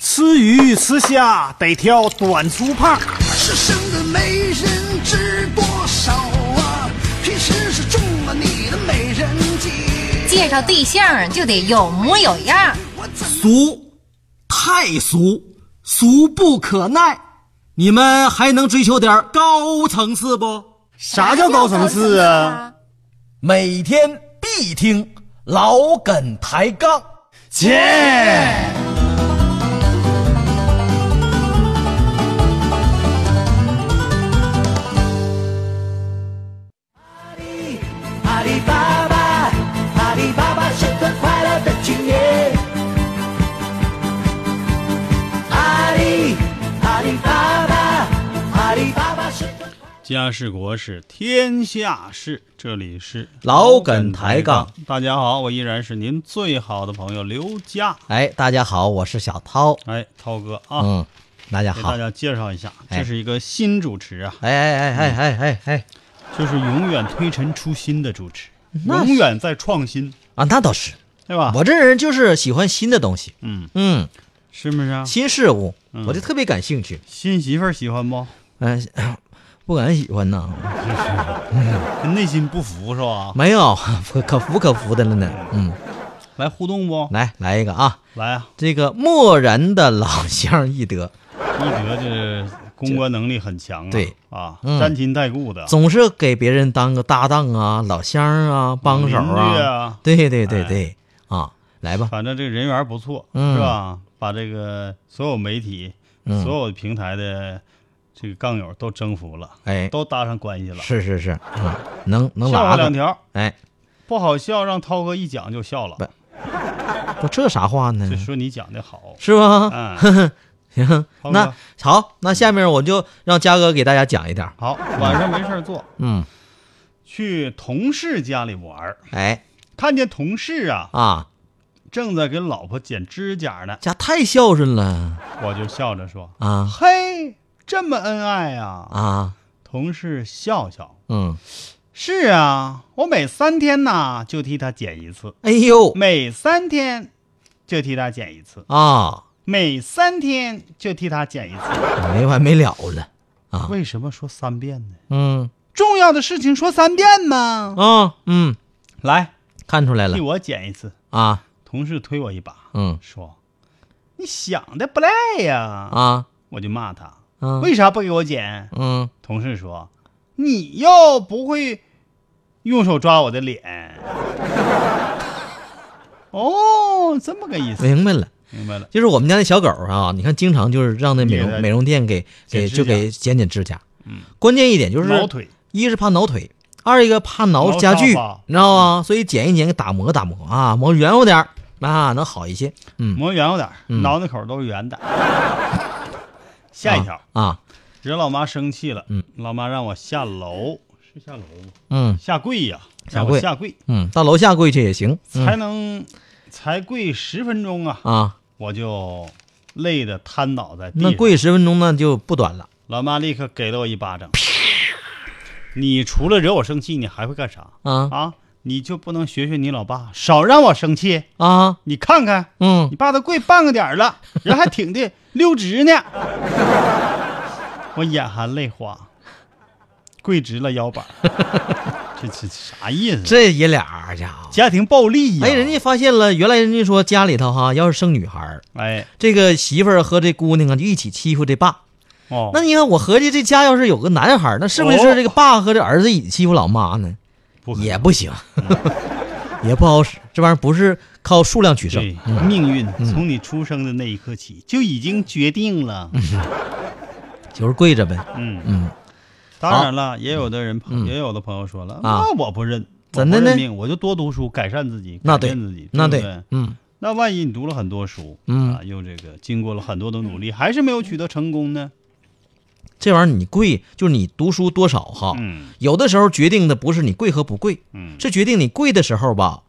S5: 吃鱼吃虾得挑短粗胖，
S6: 是生的没人知多少啊，平时是中了你的美人计。
S7: 介绍对象就得有模有样，
S6: 俗，太俗，俗不可耐。你们还能追求点高层次不？
S5: 啥叫高层次啊？？
S6: 每天必听老梗抬杠。
S5: 切！
S6: 阿里巴巴，阿里巴巴是个快乐的青年。阿里，阿里巴巴，阿里巴巴是个。
S1: 家事国事天下事，这里是
S2: 老梗抬杠。
S1: 大家好，我依然是您最好的朋友刘佳。
S2: 哎，大家好，我是小涛。
S1: 哎，涛哥
S6: 哦
S1: 啊，
S2: 嗯，大家
S1: 给
S2: 好
S1: 大。家介绍一下，
S2: 哎
S1: 这是一个新主持啊，
S2: 哎哎哎哎哎哎哎
S1: 就是永远推陈出新的主持，
S2: 嗯那是
S1: 永远在创新，
S2: 啊，那倒是，
S1: 对吧？
S2: 我这人就是喜欢新的东西，
S1: 啊嗯，
S2: 嗯，
S1: 是不是啊？
S2: 新事物，
S1: 嗯
S2: 我就特别感兴趣。
S1: 新媳妇儿喜欢不？
S2: 嗯、 不敢喜欢呐，
S1: 跟内心不服是吧？
S2: 没有， 不可服可服的了呢。嗯，
S1: 来互动不？
S2: 来来一个啊，
S1: 来啊，
S2: 这个漠然的老乡易德，
S1: 一德这公关能力很强啊，
S2: 对
S1: 啊，
S2: 嗯
S1: 沾亲带故的，
S2: 总是给别人当个搭档啊、老乡啊、帮手
S1: 邻居
S2: 啊。
S1: 啊，
S2: 对对对对，
S1: 哎
S2: 啊，来吧，
S1: 反正这个人缘不错，
S2: 嗯
S1: 是吧？把这个所有媒体、
S2: 嗯
S1: 所有平台的这个杠友都征服了，
S2: 哎，
S1: 都搭上关系了，
S2: 是是是，啊，能能
S1: 笑话
S2: 拉
S1: 两
S2: 个，
S1: 条，
S2: 哎，
S1: 不好笑，让涛哥一讲就笑了
S2: 不，不这啥话呢
S1: 就？说你讲的好，
S2: 是吧？
S1: 嗯，
S2: 行，
S1: 涛
S2: 那
S1: 哥
S2: 好，那下面我就让嘉哥给大家讲一点儿。
S1: 好，晚上没事儿做，
S2: 嗯，
S1: 去同事家里玩儿，
S2: 哎
S1: 看见同事啊
S2: 啊，
S1: 正在给老婆剪指甲呢，
S2: 家太孝顺了
S1: 我就笑着说
S2: 啊：“
S1: 嘿，这么恩爱啊！”
S2: 啊，
S1: 同事笑笑
S2: 嗯，：“
S1: 是啊，我每三天呐就替他剪一次，
S2: 哎呦
S1: 每三天就替他剪一次，
S2: 啊，
S1: 每三天就替他剪一次。
S2: 没完没了了，
S1: 为什么说三遍呢？
S2: 嗯
S1: 重要的事情说三遍吗？
S2: 啊嗯，
S1: 来，
S2: 看出来了
S1: 替我剪一次。”
S2: 啊，
S1: 同事推我一把，
S2: 嗯
S1: 说：“你想的不赖呀、
S2: 啊
S1: 我就骂他：“
S2: 嗯
S1: 为啥不给我剪？”
S2: 嗯，
S1: 同事说：“你又不会用手抓我的脸。”哦，这么个意思，
S2: 明白了。
S1: 明白了。
S2: 就是我们家那小狗啊，你看经常就是让那美
S1: 给
S2: 容
S1: 它
S2: 美容店给
S1: 剪
S2: 给
S1: 指
S2: 就
S1: 甲
S2: 给剪剪指甲。嗯，关键一点就是
S1: 挠腿，
S2: 一是怕挠腿，二一个怕挠
S1: 挠嗯
S2: 家具
S1: 沙发，
S2: 你知道吗？所以剪一剪给打磨打磨啊，磨圆乎点儿啊，能好一些。嗯，
S1: 磨圆乎点儿，
S2: 嗯
S1: 挠那口都是 圆的。下一条，
S2: 啊，
S1: 惹老妈生气了，
S2: 嗯，
S1: 老妈让我下楼，是下楼吗？
S2: 嗯
S1: 下跪呀、
S2: 下
S1: 让我
S2: 跪
S1: 下跪，
S2: 嗯，到楼下跪去也行。嗯
S1: 才能、才跪十分钟啊，
S2: 啊，
S1: 我就累得瘫倒在地上。
S2: 那跪十分钟那就不短了。
S1: 老妈立刻给了我一巴掌。你除了惹我生气，你还会干啥
S2: 啊
S1: 啊？你就不能学学你老爸，少让我生气？
S2: 啊，
S1: 你看看，
S2: 嗯
S1: 你爸都跪半个点儿了，人还挺的 溜直呢。我眼含泪花，跪直了腰板儿， 这这啥意思？
S2: 这爷俩家伙，
S1: 家庭暴力呀、
S2: 哎，人家发现了，原来人家说家里头哈，要是生女孩儿，
S1: 哎
S2: 这个媳妇儿和这姑娘啊就一起欺负这爸。
S1: 哦，
S2: 那你看，我合计这家要是有个男孩儿，那是不是
S1: 哦
S2: 这个爸和这儿子一起欺负老妈呢？
S1: 不可
S2: 也不行， 也不好使。这玩意儿不是靠数量取胜嗯
S1: 对，命运从你出生的那一刻起就已经决定了。
S2: 嗯就是跪着呗。
S1: 嗯
S2: 嗯，
S1: 当然了，也有的人朋
S2: 嗯
S1: 也有的朋友说了，
S2: 啊
S1: 那我不认，
S2: 怎的呢
S1: 我不认命我就多读书，改善自己，
S2: 那
S1: 改
S2: 对
S1: 变自己，，
S2: 那
S1: 不
S2: 对，嗯，
S1: 那万一你读了很多书，
S2: 嗯
S1: 啊，又这个经过了很多的努力，还是没有取得成功呢？
S2: 这玩意儿你跪，就是你读书多少哈。
S1: 嗯
S2: 有的时候决定的不是你跪和不跪，
S1: 嗯
S2: 是决定你跪的时候吧，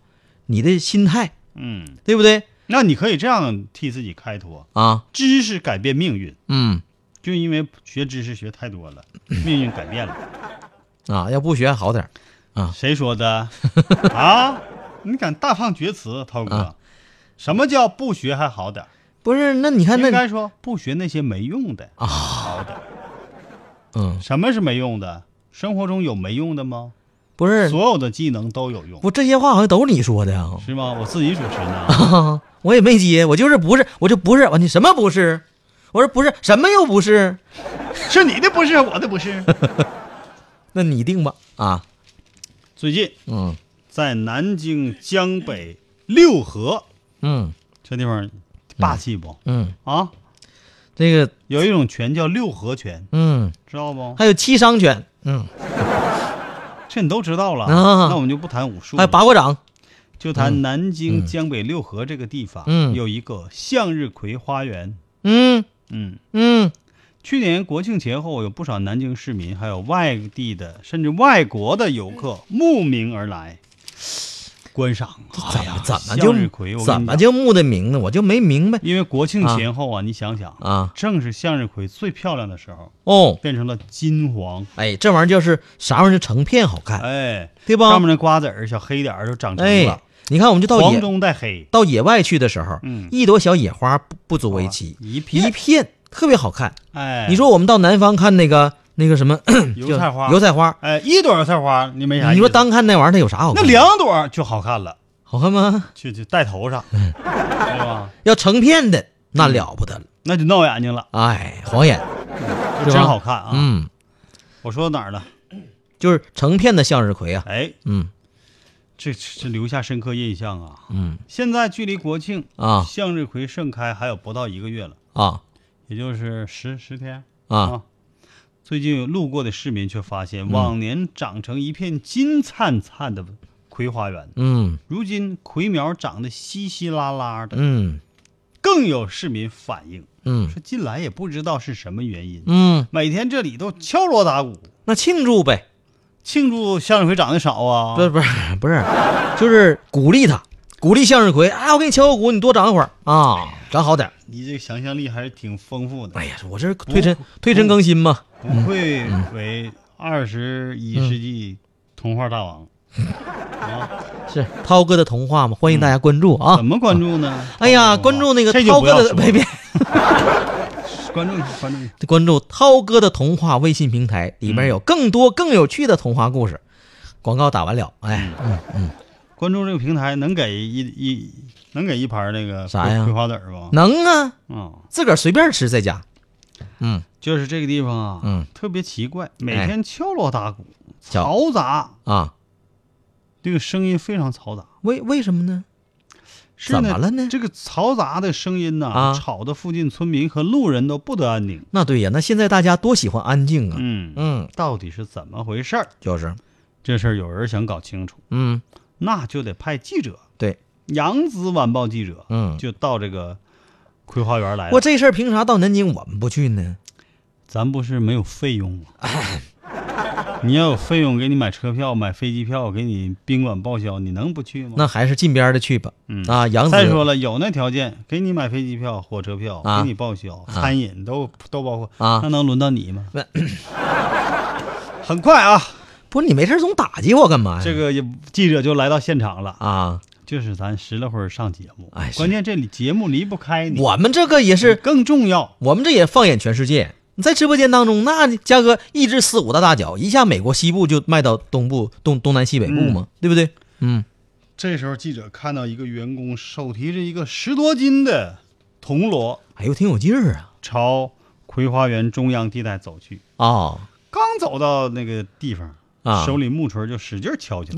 S2: 你的心态，
S1: 嗯，
S2: 对不对
S1: 那你可以这样替自己开脱：
S2: 啊？
S1: 知识改变命运，
S2: 嗯
S1: 就因为学知识学太 多了，命运改变了。
S2: 啊，要不学好点儿
S1: 谁说 的？啊，你敢大放厥词，涛哥
S2: 啊？
S1: 什么叫不学还好点儿？
S2: 不是？那你看
S1: 应
S2: 那
S1: 该说不学那些没用的
S2: 啊
S1: 好点儿。
S2: 嗯，
S1: 什么是没用的？生活中有没用的吗？
S2: 不是
S1: 所有的技能都有用，
S2: 不这些话好像都是你说的呀、
S1: 是吗？我自己主持 呢。
S2: 啊，我也没接，我就是不是，我就不是，我你什么不是？我说不是，什么又不是？
S1: 是你的不是，我的不是。
S2: 那你定吧啊，
S1: 最近
S2: 嗯
S1: 在南京江北六合
S2: 嗯
S1: 这地方霸气不？
S2: 嗯，
S1: 啊，
S2: 这个
S1: 有一种拳叫六合拳，
S2: 嗯，
S1: 知道不？
S2: 还有七伤拳，嗯，
S1: 这你都知道了，
S2: 啊哎
S1: 那我们就不谈武术
S2: 还有
S1: 了，
S2: 八卦掌，
S1: 就谈南京江北六合这个地方，
S2: 嗯
S1: 有一个向日葵花园，
S2: 嗯
S1: 嗯。
S2: 嗯
S1: 去年国庆前后，有不少南京市民还有外地的甚至外国的游客慕名而来观赏。
S2: 嗯怎
S1: 哎呀
S2: 么怎么就
S1: 向日葵？我跟你
S2: 怎么
S1: 讲？
S2: 就慕的名呢？我就没明白
S1: 因为国庆前后啊，你想想，
S2: 啊。
S1: 正是向日葵最漂亮的时候，
S2: 哦，
S1: 变成了金黄。
S2: 哎，这玩意儿就是啥玩意儿就成片好看，
S1: 哎，
S2: 对吧
S1: 上？面那瓜子儿、小黑点儿都长成
S2: 哎
S1: 了，，
S2: 你看我们就到
S1: 黄
S2: 野
S1: 中带黑，
S2: 到野外去的时候，
S1: 嗯
S2: 一朵小野花不不足为奇，
S1: 一
S2: 一
S1: 片。
S2: 片特别好看。
S1: 哎，
S2: 你说我们到南方看那个那个什么
S1: 油菜花，
S2: 就油，菜花，
S1: 哎，一朵油菜花，你没啥意思。
S2: 你说单看那玩意儿它有啥好
S1: 那
S2: 看？
S1: 两朵就好看了，
S2: 好看吗？
S1: 就就带头 上，对吧？
S2: 要成片的那了不得了，
S1: 那就闹眼睛了。
S2: 哎，晃眼。是吧
S1: 真好看啊！
S2: 嗯，
S1: 我说到哪儿了？
S2: 就是成片的向日葵啊，
S1: 哎，
S2: 嗯
S1: 这这留下深刻印象啊！
S2: 嗯
S1: 现在距离国庆
S2: 啊
S1: 向日葵盛开还有不到一个月了，
S2: 啊
S1: 也就是十十天哦
S2: 啊，
S1: 最近有路过的市民却发
S2: 嗯
S1: 现，往年长成一片金灿灿的葵花园，
S2: 嗯
S1: 如今葵苗长得稀稀拉拉的。
S2: 嗯
S1: 更有市民反映
S2: 嗯
S1: 说，近来也不知道是什么原因，
S2: 嗯，
S1: 每天这里都敲锣打鼓
S2: 那庆祝呗，
S1: 庆祝向日葵长得少啊。
S2: 不是不是 不是，就是鼓励他，鼓励向日葵啊，我给你敲个鼓，你多长一会儿啊，长好点儿。
S1: 你这个想象力还是挺丰富的
S2: 哎，呀，我这是推
S1: 哦
S2: 陈推陈更新嘛，
S1: 不愧为二十一世
S2: 嗯
S1: 纪童话大王。
S2: 是
S1: 嗯
S2: 涛哥的童话嘛，欢迎大家关注啊
S1: 怎。么关注呢？
S2: 哎呀，关注那个
S1: 嗯哦这就
S2: 涛
S1: 不
S2: 哥
S1: 要
S2: 的，
S1: 说了
S2: 别别，
S1: 关注一下关注一下。
S2: 关注涛哥的童话微信平台，里
S1: 嗯
S2: 面有更多更有趣的童话故事。广告打完了，哎，
S1: 嗯关注这个平台能给一一能给一盘那个
S2: 啥
S1: 葵
S2: 呀
S1: 葵花籽儿吗？
S2: 能啊，
S1: 嗯，
S2: 自个儿随便吃在家。嗯
S1: 就是这个地方啊，
S2: 嗯，
S1: 特别奇怪，每天敲锣打鼓，
S2: 敲
S1: 嘈杂，
S2: 啊，
S1: 这个声音非常嘈杂。
S2: 为为什么呢？
S1: 是呢
S2: 怎么了呢
S1: 这个嘈杂的声音呐、
S2: 啊
S1: 吵得附近村民和路人都不得安宁。
S2: 那对呀，那现在大家多喜欢安静啊。
S1: 嗯，
S2: 嗯，
S1: 到底是怎么回事儿？
S2: 就是，
S1: 这事儿有人想搞清楚，
S2: 嗯，
S1: 那就得派记者，
S2: 对，
S1: 《扬子晚报》记者，
S2: 嗯
S1: 就到这个葵花园来了。嗯
S2: 我这事儿凭啥到南京我们不去呢？
S1: 咱不是没有费 用吗？你要有费用，给你买车票、买飞机票，给你宾馆报销，你能不去吗？
S2: 那还是近边的去吧。
S1: 嗯
S2: 啊，杨子，
S1: 再说了，有那条件，给你买飞机票、火车票，
S2: 啊
S1: 给你报销，餐饮都都包括
S2: 啊
S1: 那能轮到你 吗
S2: 那？
S1: 很快啊，
S2: 不是你没事儿总打击我干嘛呀？
S1: 这个也记者就来到现场了。
S2: 啊，
S1: 就是咱拾了会儿上节目
S2: 哎，是
S1: 关键这里节目离不开你，
S2: 我们这个也是，
S1: 更重要。
S2: 我们这也放眼全世界。你在直播间当中，那嘉哥一至四五大大脚，一下美国西部就迈到东部、东东南西北部嘛，对不对？嗯
S1: 这时候记者看到一个员工手提着一个十多斤的铜锣，
S2: 哎呦，挺有劲儿啊！
S1: 朝葵花园中央地带走去。
S2: 啊、
S1: 刚走到那个地方，
S2: 啊
S1: 哦手里木锤就使劲敲起来，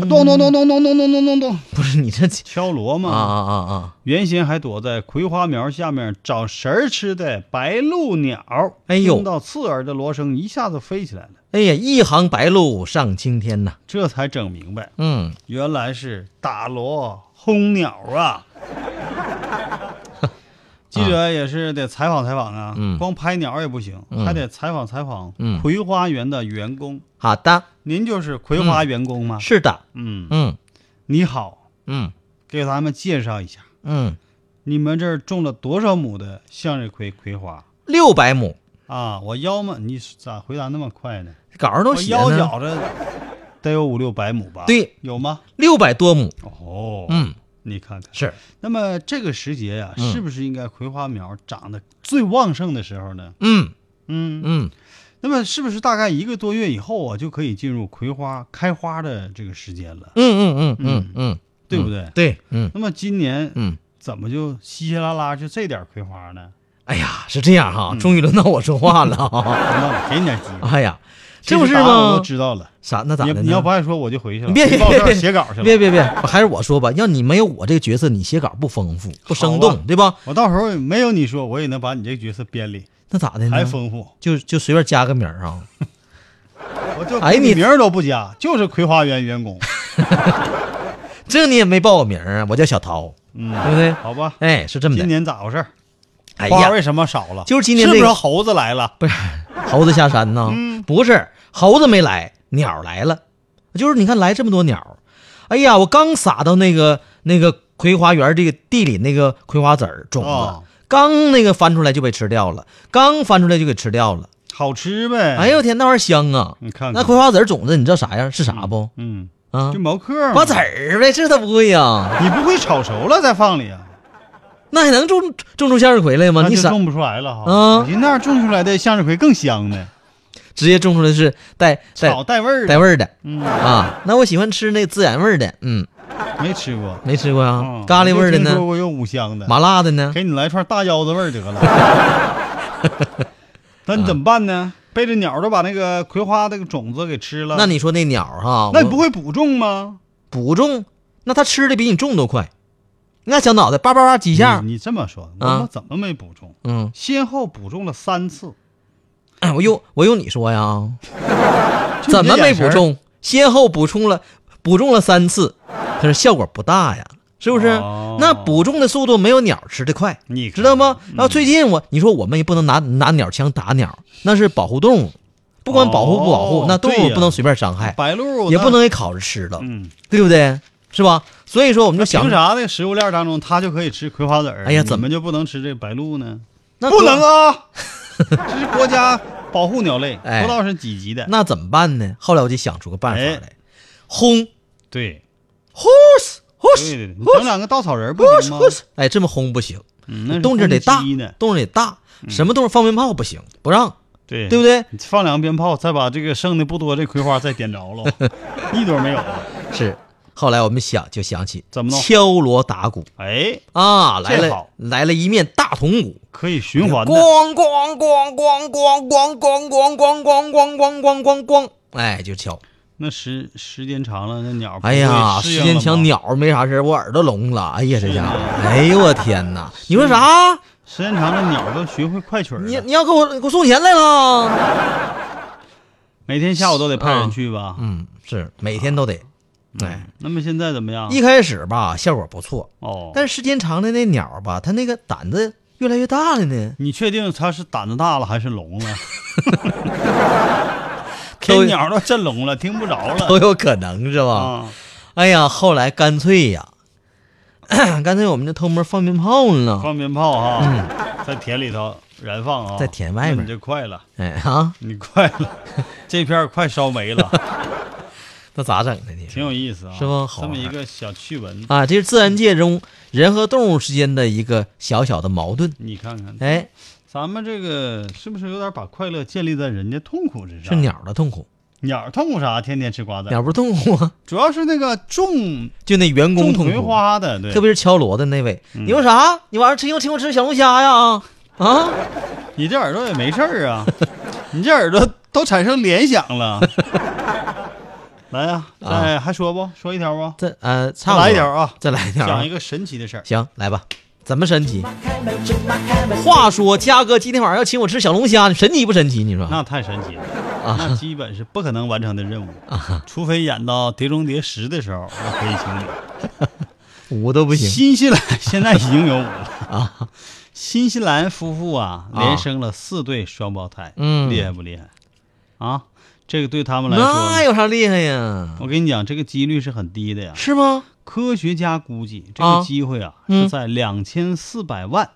S1: 咚嗯咚咚咚咚咚咚咚咚咚，
S2: 不是你这
S1: 敲锣
S2: 啊
S1: 嘛。
S2: 啊啊啊！
S1: 原先还躲在葵花苗下面找食儿吃的白鹭鸟，
S2: 哎呦
S1: 听到刺耳的锣声，一下子飞起来了。
S2: 哎呀，一行白鹭上青天呐！
S1: 这才整明白，
S2: 嗯，
S1: 原来是打锣轰鸟 啊！记者也是得采访采访啊，
S2: 嗯
S1: 光拍鸟也不行，
S2: 嗯
S1: 还得采访采访
S2: 嗯
S1: 葵花园的员工。
S2: 好的，
S1: 您就是葵花员工吗？
S2: 是的，
S1: 嗯，
S2: 嗯
S1: 你好，
S2: 嗯
S1: 给咱们介绍一下，
S2: 嗯，
S1: 你们这儿种了多少亩的向日葵葵花
S2: 六百亩，
S1: 啊？我腰嘛，你咋回答那么快呢？
S2: 稿上都
S1: 我
S2: 写
S1: 哦腰觉
S2: 呢，
S1: 着得有五六百亩吧？
S2: 对，
S1: 有吗？
S2: 六百多亩。
S1: 哦，
S2: 嗯，
S1: 你看看。
S2: 是，
S1: 那么这个时节呀、
S2: 嗯
S1: 是不是应该葵花苗长得最旺盛的时候呢？
S2: 嗯
S1: 嗯，
S2: 嗯
S1: 那么是不是大概一个多月以后啊，就可以进入葵花开花的这个时间了
S2: 嗯，嗯嗯嗯嗯，
S1: 对不对？
S2: 对，嗯
S1: 那么今年
S2: 嗯。
S1: 怎么就稀稀拉拉就这点葵花呢？
S2: 哎呀，是这样
S1: 嗯
S2: 哈，终于轮到我说话了 啊。
S1: 那我给你点机会，
S2: 哎呀，
S1: 其
S2: 这不
S1: 实
S2: 是
S1: 答案我
S2: 吗
S1: 都？知道了。
S2: 啥？那咋
S1: 你
S2: 的呢？
S1: 你要不爱说，我就回去了。
S2: 别别
S1: 你报
S2: 别
S1: 这
S2: 别
S1: 儿写稿去了。
S2: 别别别，还是我说吧，要你没有我这个角色，你写稿不丰富、不生
S1: 好
S2: 动
S1: 吧，
S2: 对吧？
S1: 我到时候没有你说，我也能把你这个角色编里，
S2: 那咋的呢
S1: 还？丰富。
S2: 就就随便加个名儿啊。
S1: 我就
S2: 哎你
S1: 名儿都不加，就是葵花园员工。
S2: 这你也没报我名儿啊，我叫小涛，
S1: 嗯，
S2: 对不 对？
S1: 好吧。
S2: 哎，是这么
S1: 今
S2: 的。
S1: 年咋回事儿？
S2: 哎
S1: 花
S2: 呀，
S1: 为什么少了？
S2: 就是今年
S1: 是
S2: 这
S1: 不
S2: 个
S1: 是猴子来了？
S2: 猴子下山呢？
S1: 嗯
S2: 不是，猴子没来，鸟来了。就是你看来这么多鸟，哎呀，我刚撒到那个那个葵花园这个地里那个葵花籽儿种子，
S1: 哦
S2: 刚那个翻出来就被吃掉了，刚翻出来就给吃掉了。
S1: 好吃呗。
S2: 哎，呦天，那玩意儿香啊！
S1: 你看看
S2: 那葵花籽儿种子，你知道啥样？是啥不？
S1: 嗯，
S2: 啊
S1: 就，毛嗑嘛
S2: 瓜子儿呗，这他不会呀？
S1: 你不会炒熟了再放里啊？
S2: 那还能种种出向日葵来吗？
S1: 那
S2: 你
S1: 就
S2: 撒
S1: 种不出来了哈。
S2: 嗯
S1: 我寻思那样种出来的向日葵更香呢，
S2: 直接种出来是带
S1: 炒
S2: 带
S1: 带味儿
S2: 带
S1: 的，
S2: 味儿的
S1: 嗯
S2: 啊。那我喜欢吃那孜然味儿的，嗯，
S1: 没吃过。
S2: 没吃过啊
S1: 嗯，
S2: 咖喱味儿
S1: 我
S2: 的
S1: 就
S2: 呢
S1: 听，说过有五香的，
S2: 麻辣的呢。
S1: 给你来串大腰子味儿得了。那
S2: 嗯
S1: 你怎么办呢？被这鸟都把那个葵花那个种子给吃了，
S2: 那你说那鸟儿哈，
S1: 那你
S2: 我
S1: 不会补种吗？
S2: 补种，那它吃的比你种都快。那小脑袋叭叭叭几
S1: 你
S2: 下，
S1: 你这么说，我
S2: 啊
S1: 们怎么没补种？
S2: 嗯，
S1: 先后补种了三次，
S2: 哎我用我用你说呀，
S1: 就
S2: 怎
S1: 你
S2: 么
S1: 这
S2: 没
S1: 眼神
S2: 补
S1: 儿？
S2: 种？先后补充了补种了三次，可是效果不大呀，是不是？
S1: 哦
S2: 那补种的速度没有鸟吃的快，
S1: 你看嗯
S2: 知道吗？然后最近我你说我们也不能拿拿鸟枪打鸟，那是保护动物，不管保护不保护，
S1: 哦
S2: 那动
S1: 对
S2: 物
S1: 呀
S2: 不能随便伤害，
S1: 白鹭
S2: 哎也
S1: 那
S2: 不能给烤着吃了，
S1: 嗯，
S2: 对不对？是吧？所以说我们就
S1: 那
S2: 想
S1: 凭，啥那食物链当中它就可以吃葵花籽儿？
S2: 哎呀
S1: 你
S2: 怎么
S1: 们就不能吃这白鹭呢？
S2: 那
S1: 不能啊， 这是国家保护鸟类，不
S2: 哎
S1: 知道是几级的。
S2: 那怎么办呢？后来我就想出个办法
S1: 哎
S2: 来，轰
S1: 对
S2: ，horse
S1: 对
S2: horse
S1: 对对，你整两个稻草人不行吗？
S2: horse，哎，这么轰不行，
S1: 嗯那是
S2: 动静得大
S1: 公鸡呢，
S2: 动静得大，什么动静放鞭炮不行，不让，
S1: 嗯对
S2: 对不对？
S1: 你放两个鞭炮，再把这个剩的不多这葵花再点 着了，一朵没有了。
S2: 是。后来我们想就想起
S1: 怎么弄
S2: 敲锣打鼓
S1: 哎，
S2: 啊，来
S1: 这
S2: 了
S1: 好
S2: 来了一面大铜鼓，
S1: 可以循环的。
S2: 咣咣咣咣咣咣咣咣咣咣咣咣咣咣咣，哎，就敲。
S1: 那时时间长了，那鸟不
S2: 哎呀，
S1: 会适应
S2: 时
S1: 了
S2: 间
S1: 吗
S2: 强，鸟儿没啥事儿我耳朵聋了。哎呀，这家伙，哎呦我天哪！你说啥？
S1: 时间长了鸟都学会快曲儿
S2: 你
S1: 了。
S2: 你要给我给我送钱来了？
S1: 每天下午都得派人去吧？
S2: 嗯，
S1: 啊
S2: 是每天都得。哎，
S1: 那么现在怎么样？
S2: 一开始吧效果不错，
S1: 啊哦，
S2: 但是时间长了那鸟儿吧，它那个胆子越来越大了呢。
S1: 你确定它是胆子大了还是聋 了？
S2: 都
S1: 给鸟都震聋了，听不着了。
S2: 都有可能是吧？
S1: 啊，
S2: 哎呀，后来干脆呀， 干脆我们就偷摸放鞭炮了呢。
S1: 放鞭炮哈，在田里头燃放啊，
S2: 嗯在田外面
S1: 那你就快了，
S2: 哎啊，
S1: 你快了， 这片儿快烧没 了，
S2: 那咋整的呢？
S1: 挺有意思啊，
S2: 是吗好
S1: 这
S2: 玩
S1: 么一个小趣闻，
S2: 啊，这是自然界中人和动物之间的一个小小的矛盾。
S1: 你看看，
S2: 哎，
S1: 咱们这个是不是有点把快乐建立在人家痛苦之上？
S2: 是鸟的痛苦，
S1: 鸟儿痛苦啥？天天吃瓜子儿，
S2: 鸟不是痛苦吗？
S1: 主要是那个种
S2: 就那员工
S1: 种
S2: 痛
S1: 葵
S2: 苦，
S1: 花嗯的，对，
S2: 特别是敲锣的那位。你说啥？你晚上请我请我吃小龙虾呀？啊啊！
S1: 你这耳朵也没事儿啊，你这耳朵都产生联想了。来呀、
S2: 啊
S1: 哎，还说不说一条不？
S2: 这呃，差不多
S1: 来一条啊
S2: 再来一条啊。
S1: 讲一个神奇的事儿。
S2: 行，来吧，怎么神奇？话说嘉哥今天晚上要请我吃小龙虾，神奇不神奇？你说？
S1: 那太神奇了，
S2: 啊
S1: 那基本是不可能完成的任务，除非演到《碟中谍十》的时候，我可以请你。
S2: 五都不行
S1: 新西兰现在已经有五了。
S2: 啊！
S1: 新西兰夫妇啊，
S2: 啊
S1: 连生了四对双胞胎，
S2: 嗯
S1: 厉害不厉害？啊，这个对他们来
S2: 那
S1: 说，
S2: 有啥厉害呀？
S1: 我跟你讲，这个几率是很低的呀。
S2: 是吗？
S1: 科学家估计这
S2: 啊
S1: 个机会啊
S2: 嗯
S1: 是在两千四百万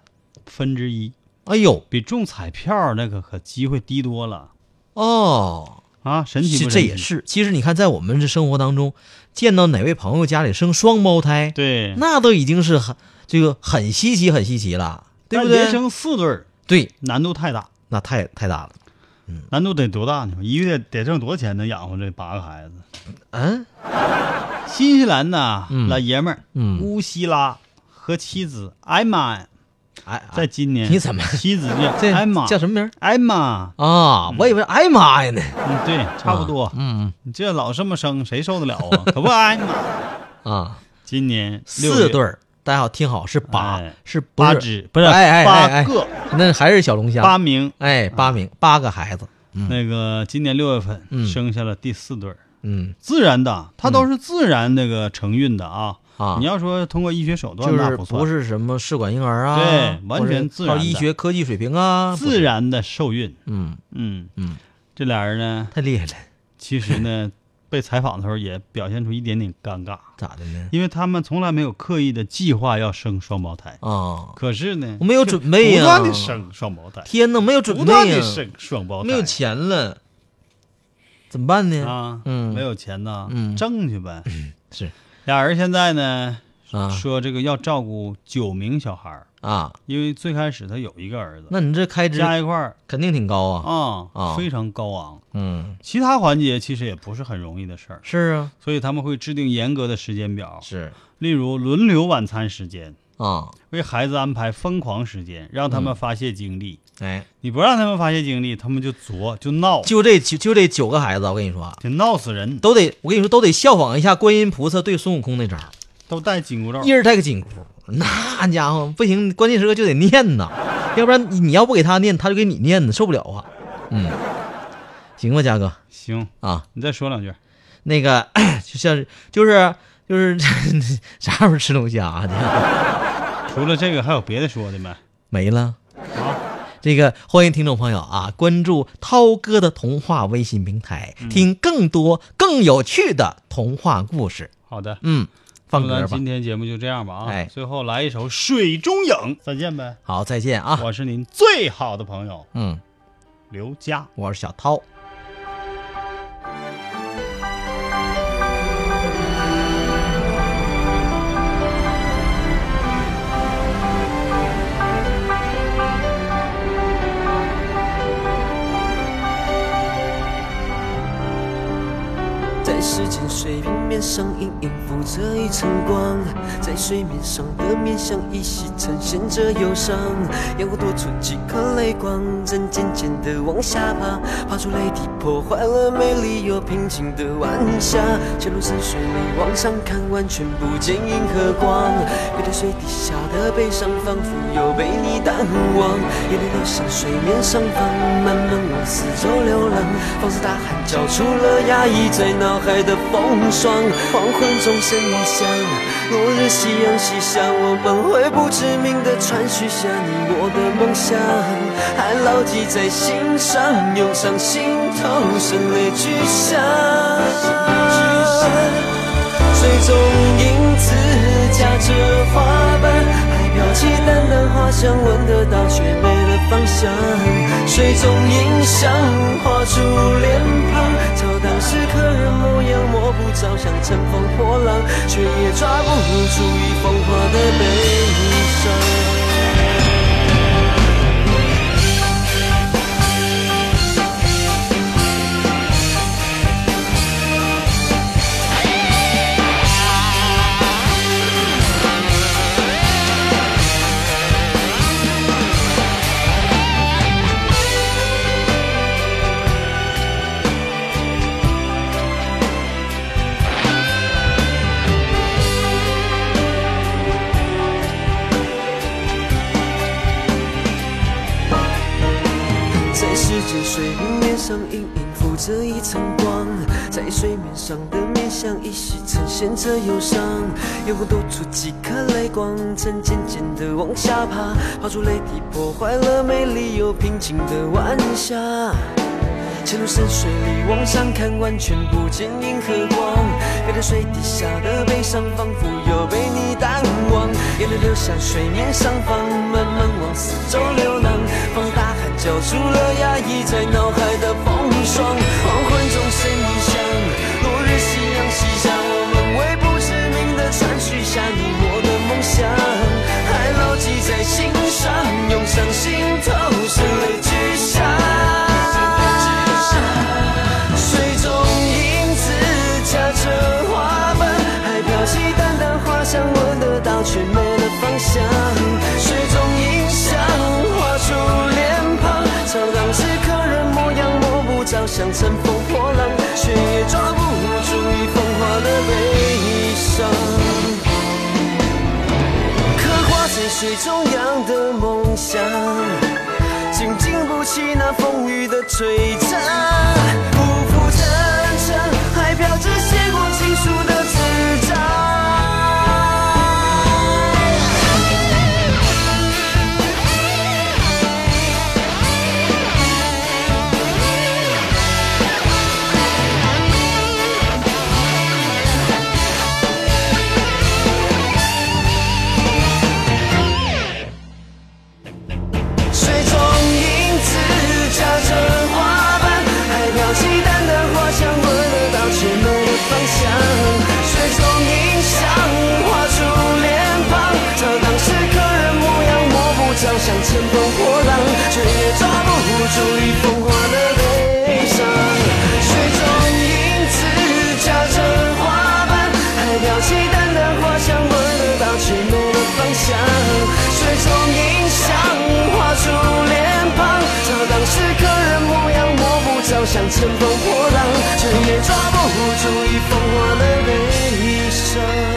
S1: 分之一，
S2: 哎呦
S1: 比中彩票那个可机会低多了
S2: 哦，
S1: 啊！神奇
S2: 是
S1: 不
S2: 这
S1: 神奇？
S2: 也是，其实你看，在我们这生活当中，见到哪位朋友家里生双胞胎，
S1: 对，
S2: 那都已经是很这个很稀奇、很稀奇了，对不
S1: 但连
S2: 对？
S1: 生四对儿
S2: 对，
S1: 难度太大，
S2: 那太太大了。
S1: 难度得多大呢？一个月得挣多少钱能养活这八个孩子？
S2: 嗯，
S1: 新西兰呐，
S2: 嗯
S1: 老爷们儿、
S2: 嗯
S1: 乌西拉和妻子艾玛，
S2: 哎，
S1: 在
S2: 哎
S1: 今年
S2: 你怎么
S1: 妻子叫
S2: 这
S1: 艾玛
S2: 叫什么名儿
S1: 艾玛，
S2: 啊？我以为哎呀妈呀呢，
S1: 嗯，对，差不多。
S2: 嗯
S1: 你这老这么生，谁受得了啊？可不，艾玛。
S2: 啊，
S1: 今年六
S2: 四
S1: 月
S2: 对儿，大家好，听好，是八
S1: 哎，
S2: 是不
S1: 八
S2: 是
S1: 只不是
S2: 哎哎哎
S1: 八
S2: 哎
S1: 个
S2: 那还是小龙虾，
S1: 八啊名，
S2: 哎，八名八个孩子，
S1: 那个今年六月份
S2: 嗯
S1: 生下了第四对儿，
S2: 嗯，
S1: 自然的，它都是自然那个承孕的啊。
S2: 啊
S1: 你要说通过医学手段，
S2: 就
S1: 那
S2: 是
S1: 算
S2: 不是什么试管婴儿啊，
S1: 对完
S2: 或者
S1: 全自然
S2: 靠医
S1: 的
S2: 学科技水平啊，不
S1: 自
S2: 是，
S1: 然的受孕。
S2: 嗯，
S1: 嗯
S2: 嗯，
S1: 这俩人呢，
S2: 太厉害了，
S1: 其实呢，被采访的时候也表现出一点点尴尬，
S2: 咋的呢？
S1: 因为他们从来没有刻意的计划要生双胞胎，
S2: 啊，
S1: 可是呢，
S2: 我没有
S1: 就
S2: 准备呀
S1: 不断的生双胞胎，
S2: 天哪，没有准
S1: 不
S2: 备
S1: 断的
S2: 呀，
S1: 生双胞胎，
S2: 没有钱了，怎么办呢？
S1: 啊，
S2: 嗯
S1: 没有钱呐，
S2: 嗯
S1: 挣去呗。
S2: 是
S1: 俩人现在呢，
S2: 啊
S1: 说这个要照顾九名小孩儿，
S2: 啊，
S1: 因为最开始他有一个儿子，
S2: 那你这开支
S1: 加一块儿
S2: 肯定挺高啊。
S1: 啊、
S2: 啊
S1: 非常高昂。
S2: 嗯，
S1: 其他环节其实也不是很容易的事儿，
S2: 是啊，
S1: 所以他们会制定严格的时间表，
S2: 是
S1: 例如轮流晚餐时间，
S2: 啊、
S1: 为孩子安排疯狂时间，让他们发泄精力。
S2: 哎，
S1: 你不让他们发泄精力，他们就作就闹，
S2: 就这九就这九个孩子，我跟你说啊，
S1: 得闹死人，
S2: 都得我跟你说都得效仿一下观音菩萨对孙悟空那招，
S1: 都戴紧箍咒
S2: 一。人戴个紧箍，那家伙不行，关键时刻就得念呐，要不然你你要不给他念，他就给你念呢，受不了啊。嗯，行吧，嘉哥
S1: 行，
S2: 啊，
S1: 你再说两句。
S2: 那个 就像是就是就是 啥时候吃龙虾啊？
S1: 除了这个，还有别的说的没？
S2: 没了。这个欢迎听众朋友啊，关注涛哥的童话微信平台，听更多更有趣的童话故事。
S1: 好的，
S2: 嗯，放
S1: 那
S2: 歌
S1: 咱
S2: 吧
S1: 今。天节目就这样吧啊！
S2: 哎
S1: 最后来一首《水中影》，再见呗！
S2: 好，再见啊。
S1: 我是您最好的朋友
S2: 嗯，
S1: 刘佳。
S2: 我是小涛。
S8: 在时间水平面上隐隐浮着一层光，在水面上的面相依稀呈现着忧伤。阳光多存几颗泪光，正渐渐地往下爬，爬出泪滴，破坏了美丽又平静的晚霞。陷入深水里往上看，完全不见银河光。别对水底下的悲伤，仿佛又被你淡忘。眼泪流向水面上方，慢慢往四周流浪，放肆大喊，叫出了压抑在脑海的风霜。黄昏钟声一响，落日夕阳西下，我们会不知名的传续下你我的梦想，还牢记在心上，涌上心头，声泪俱下。水中影子夹着花瓣，还飘起淡淡花香，闻得到绝美的芳香。水中影像画出脸庞，找当时客人模样，摸不着像乘风破浪，却也抓不住一风华的悲伤。在世界水平面上隐隐浮着一层光，在水面上的面相依稀呈现着忧伤。阳光多出几颗泪光，正渐渐地往下爬，爬出泪滴，破坏了美丽又平静的晚霞。潜入深水里往上看，完全不见银河光。面对水底下的悲伤，仿佛又被你淡忘。眼泪流向水面上方，慢慢往四周流浪。放大喊叫出了压抑在脑海的风霜。黄昏钟声一响，落日夕阳西下，我们为不知名的传续下你我的梦想，还牢记在心上，涌上心头，声泪俱下。水中影子夹着花瓣，还飘起淡淡花香，闻得到却没了方向。水中影像画出脸庞，找当时客人模样，摸不着像乘风破浪，却也抓不住一风华的悲伤。刻画在水中央的梦想，经经不起那风雨的摧残，浮浮沉沉，还飘着写过情书的纸张。水中影子夹着花瓣，还飘起淡淡花香，闻得到却没有方向。乘风破浪，却也抓不住一风火的悲伤。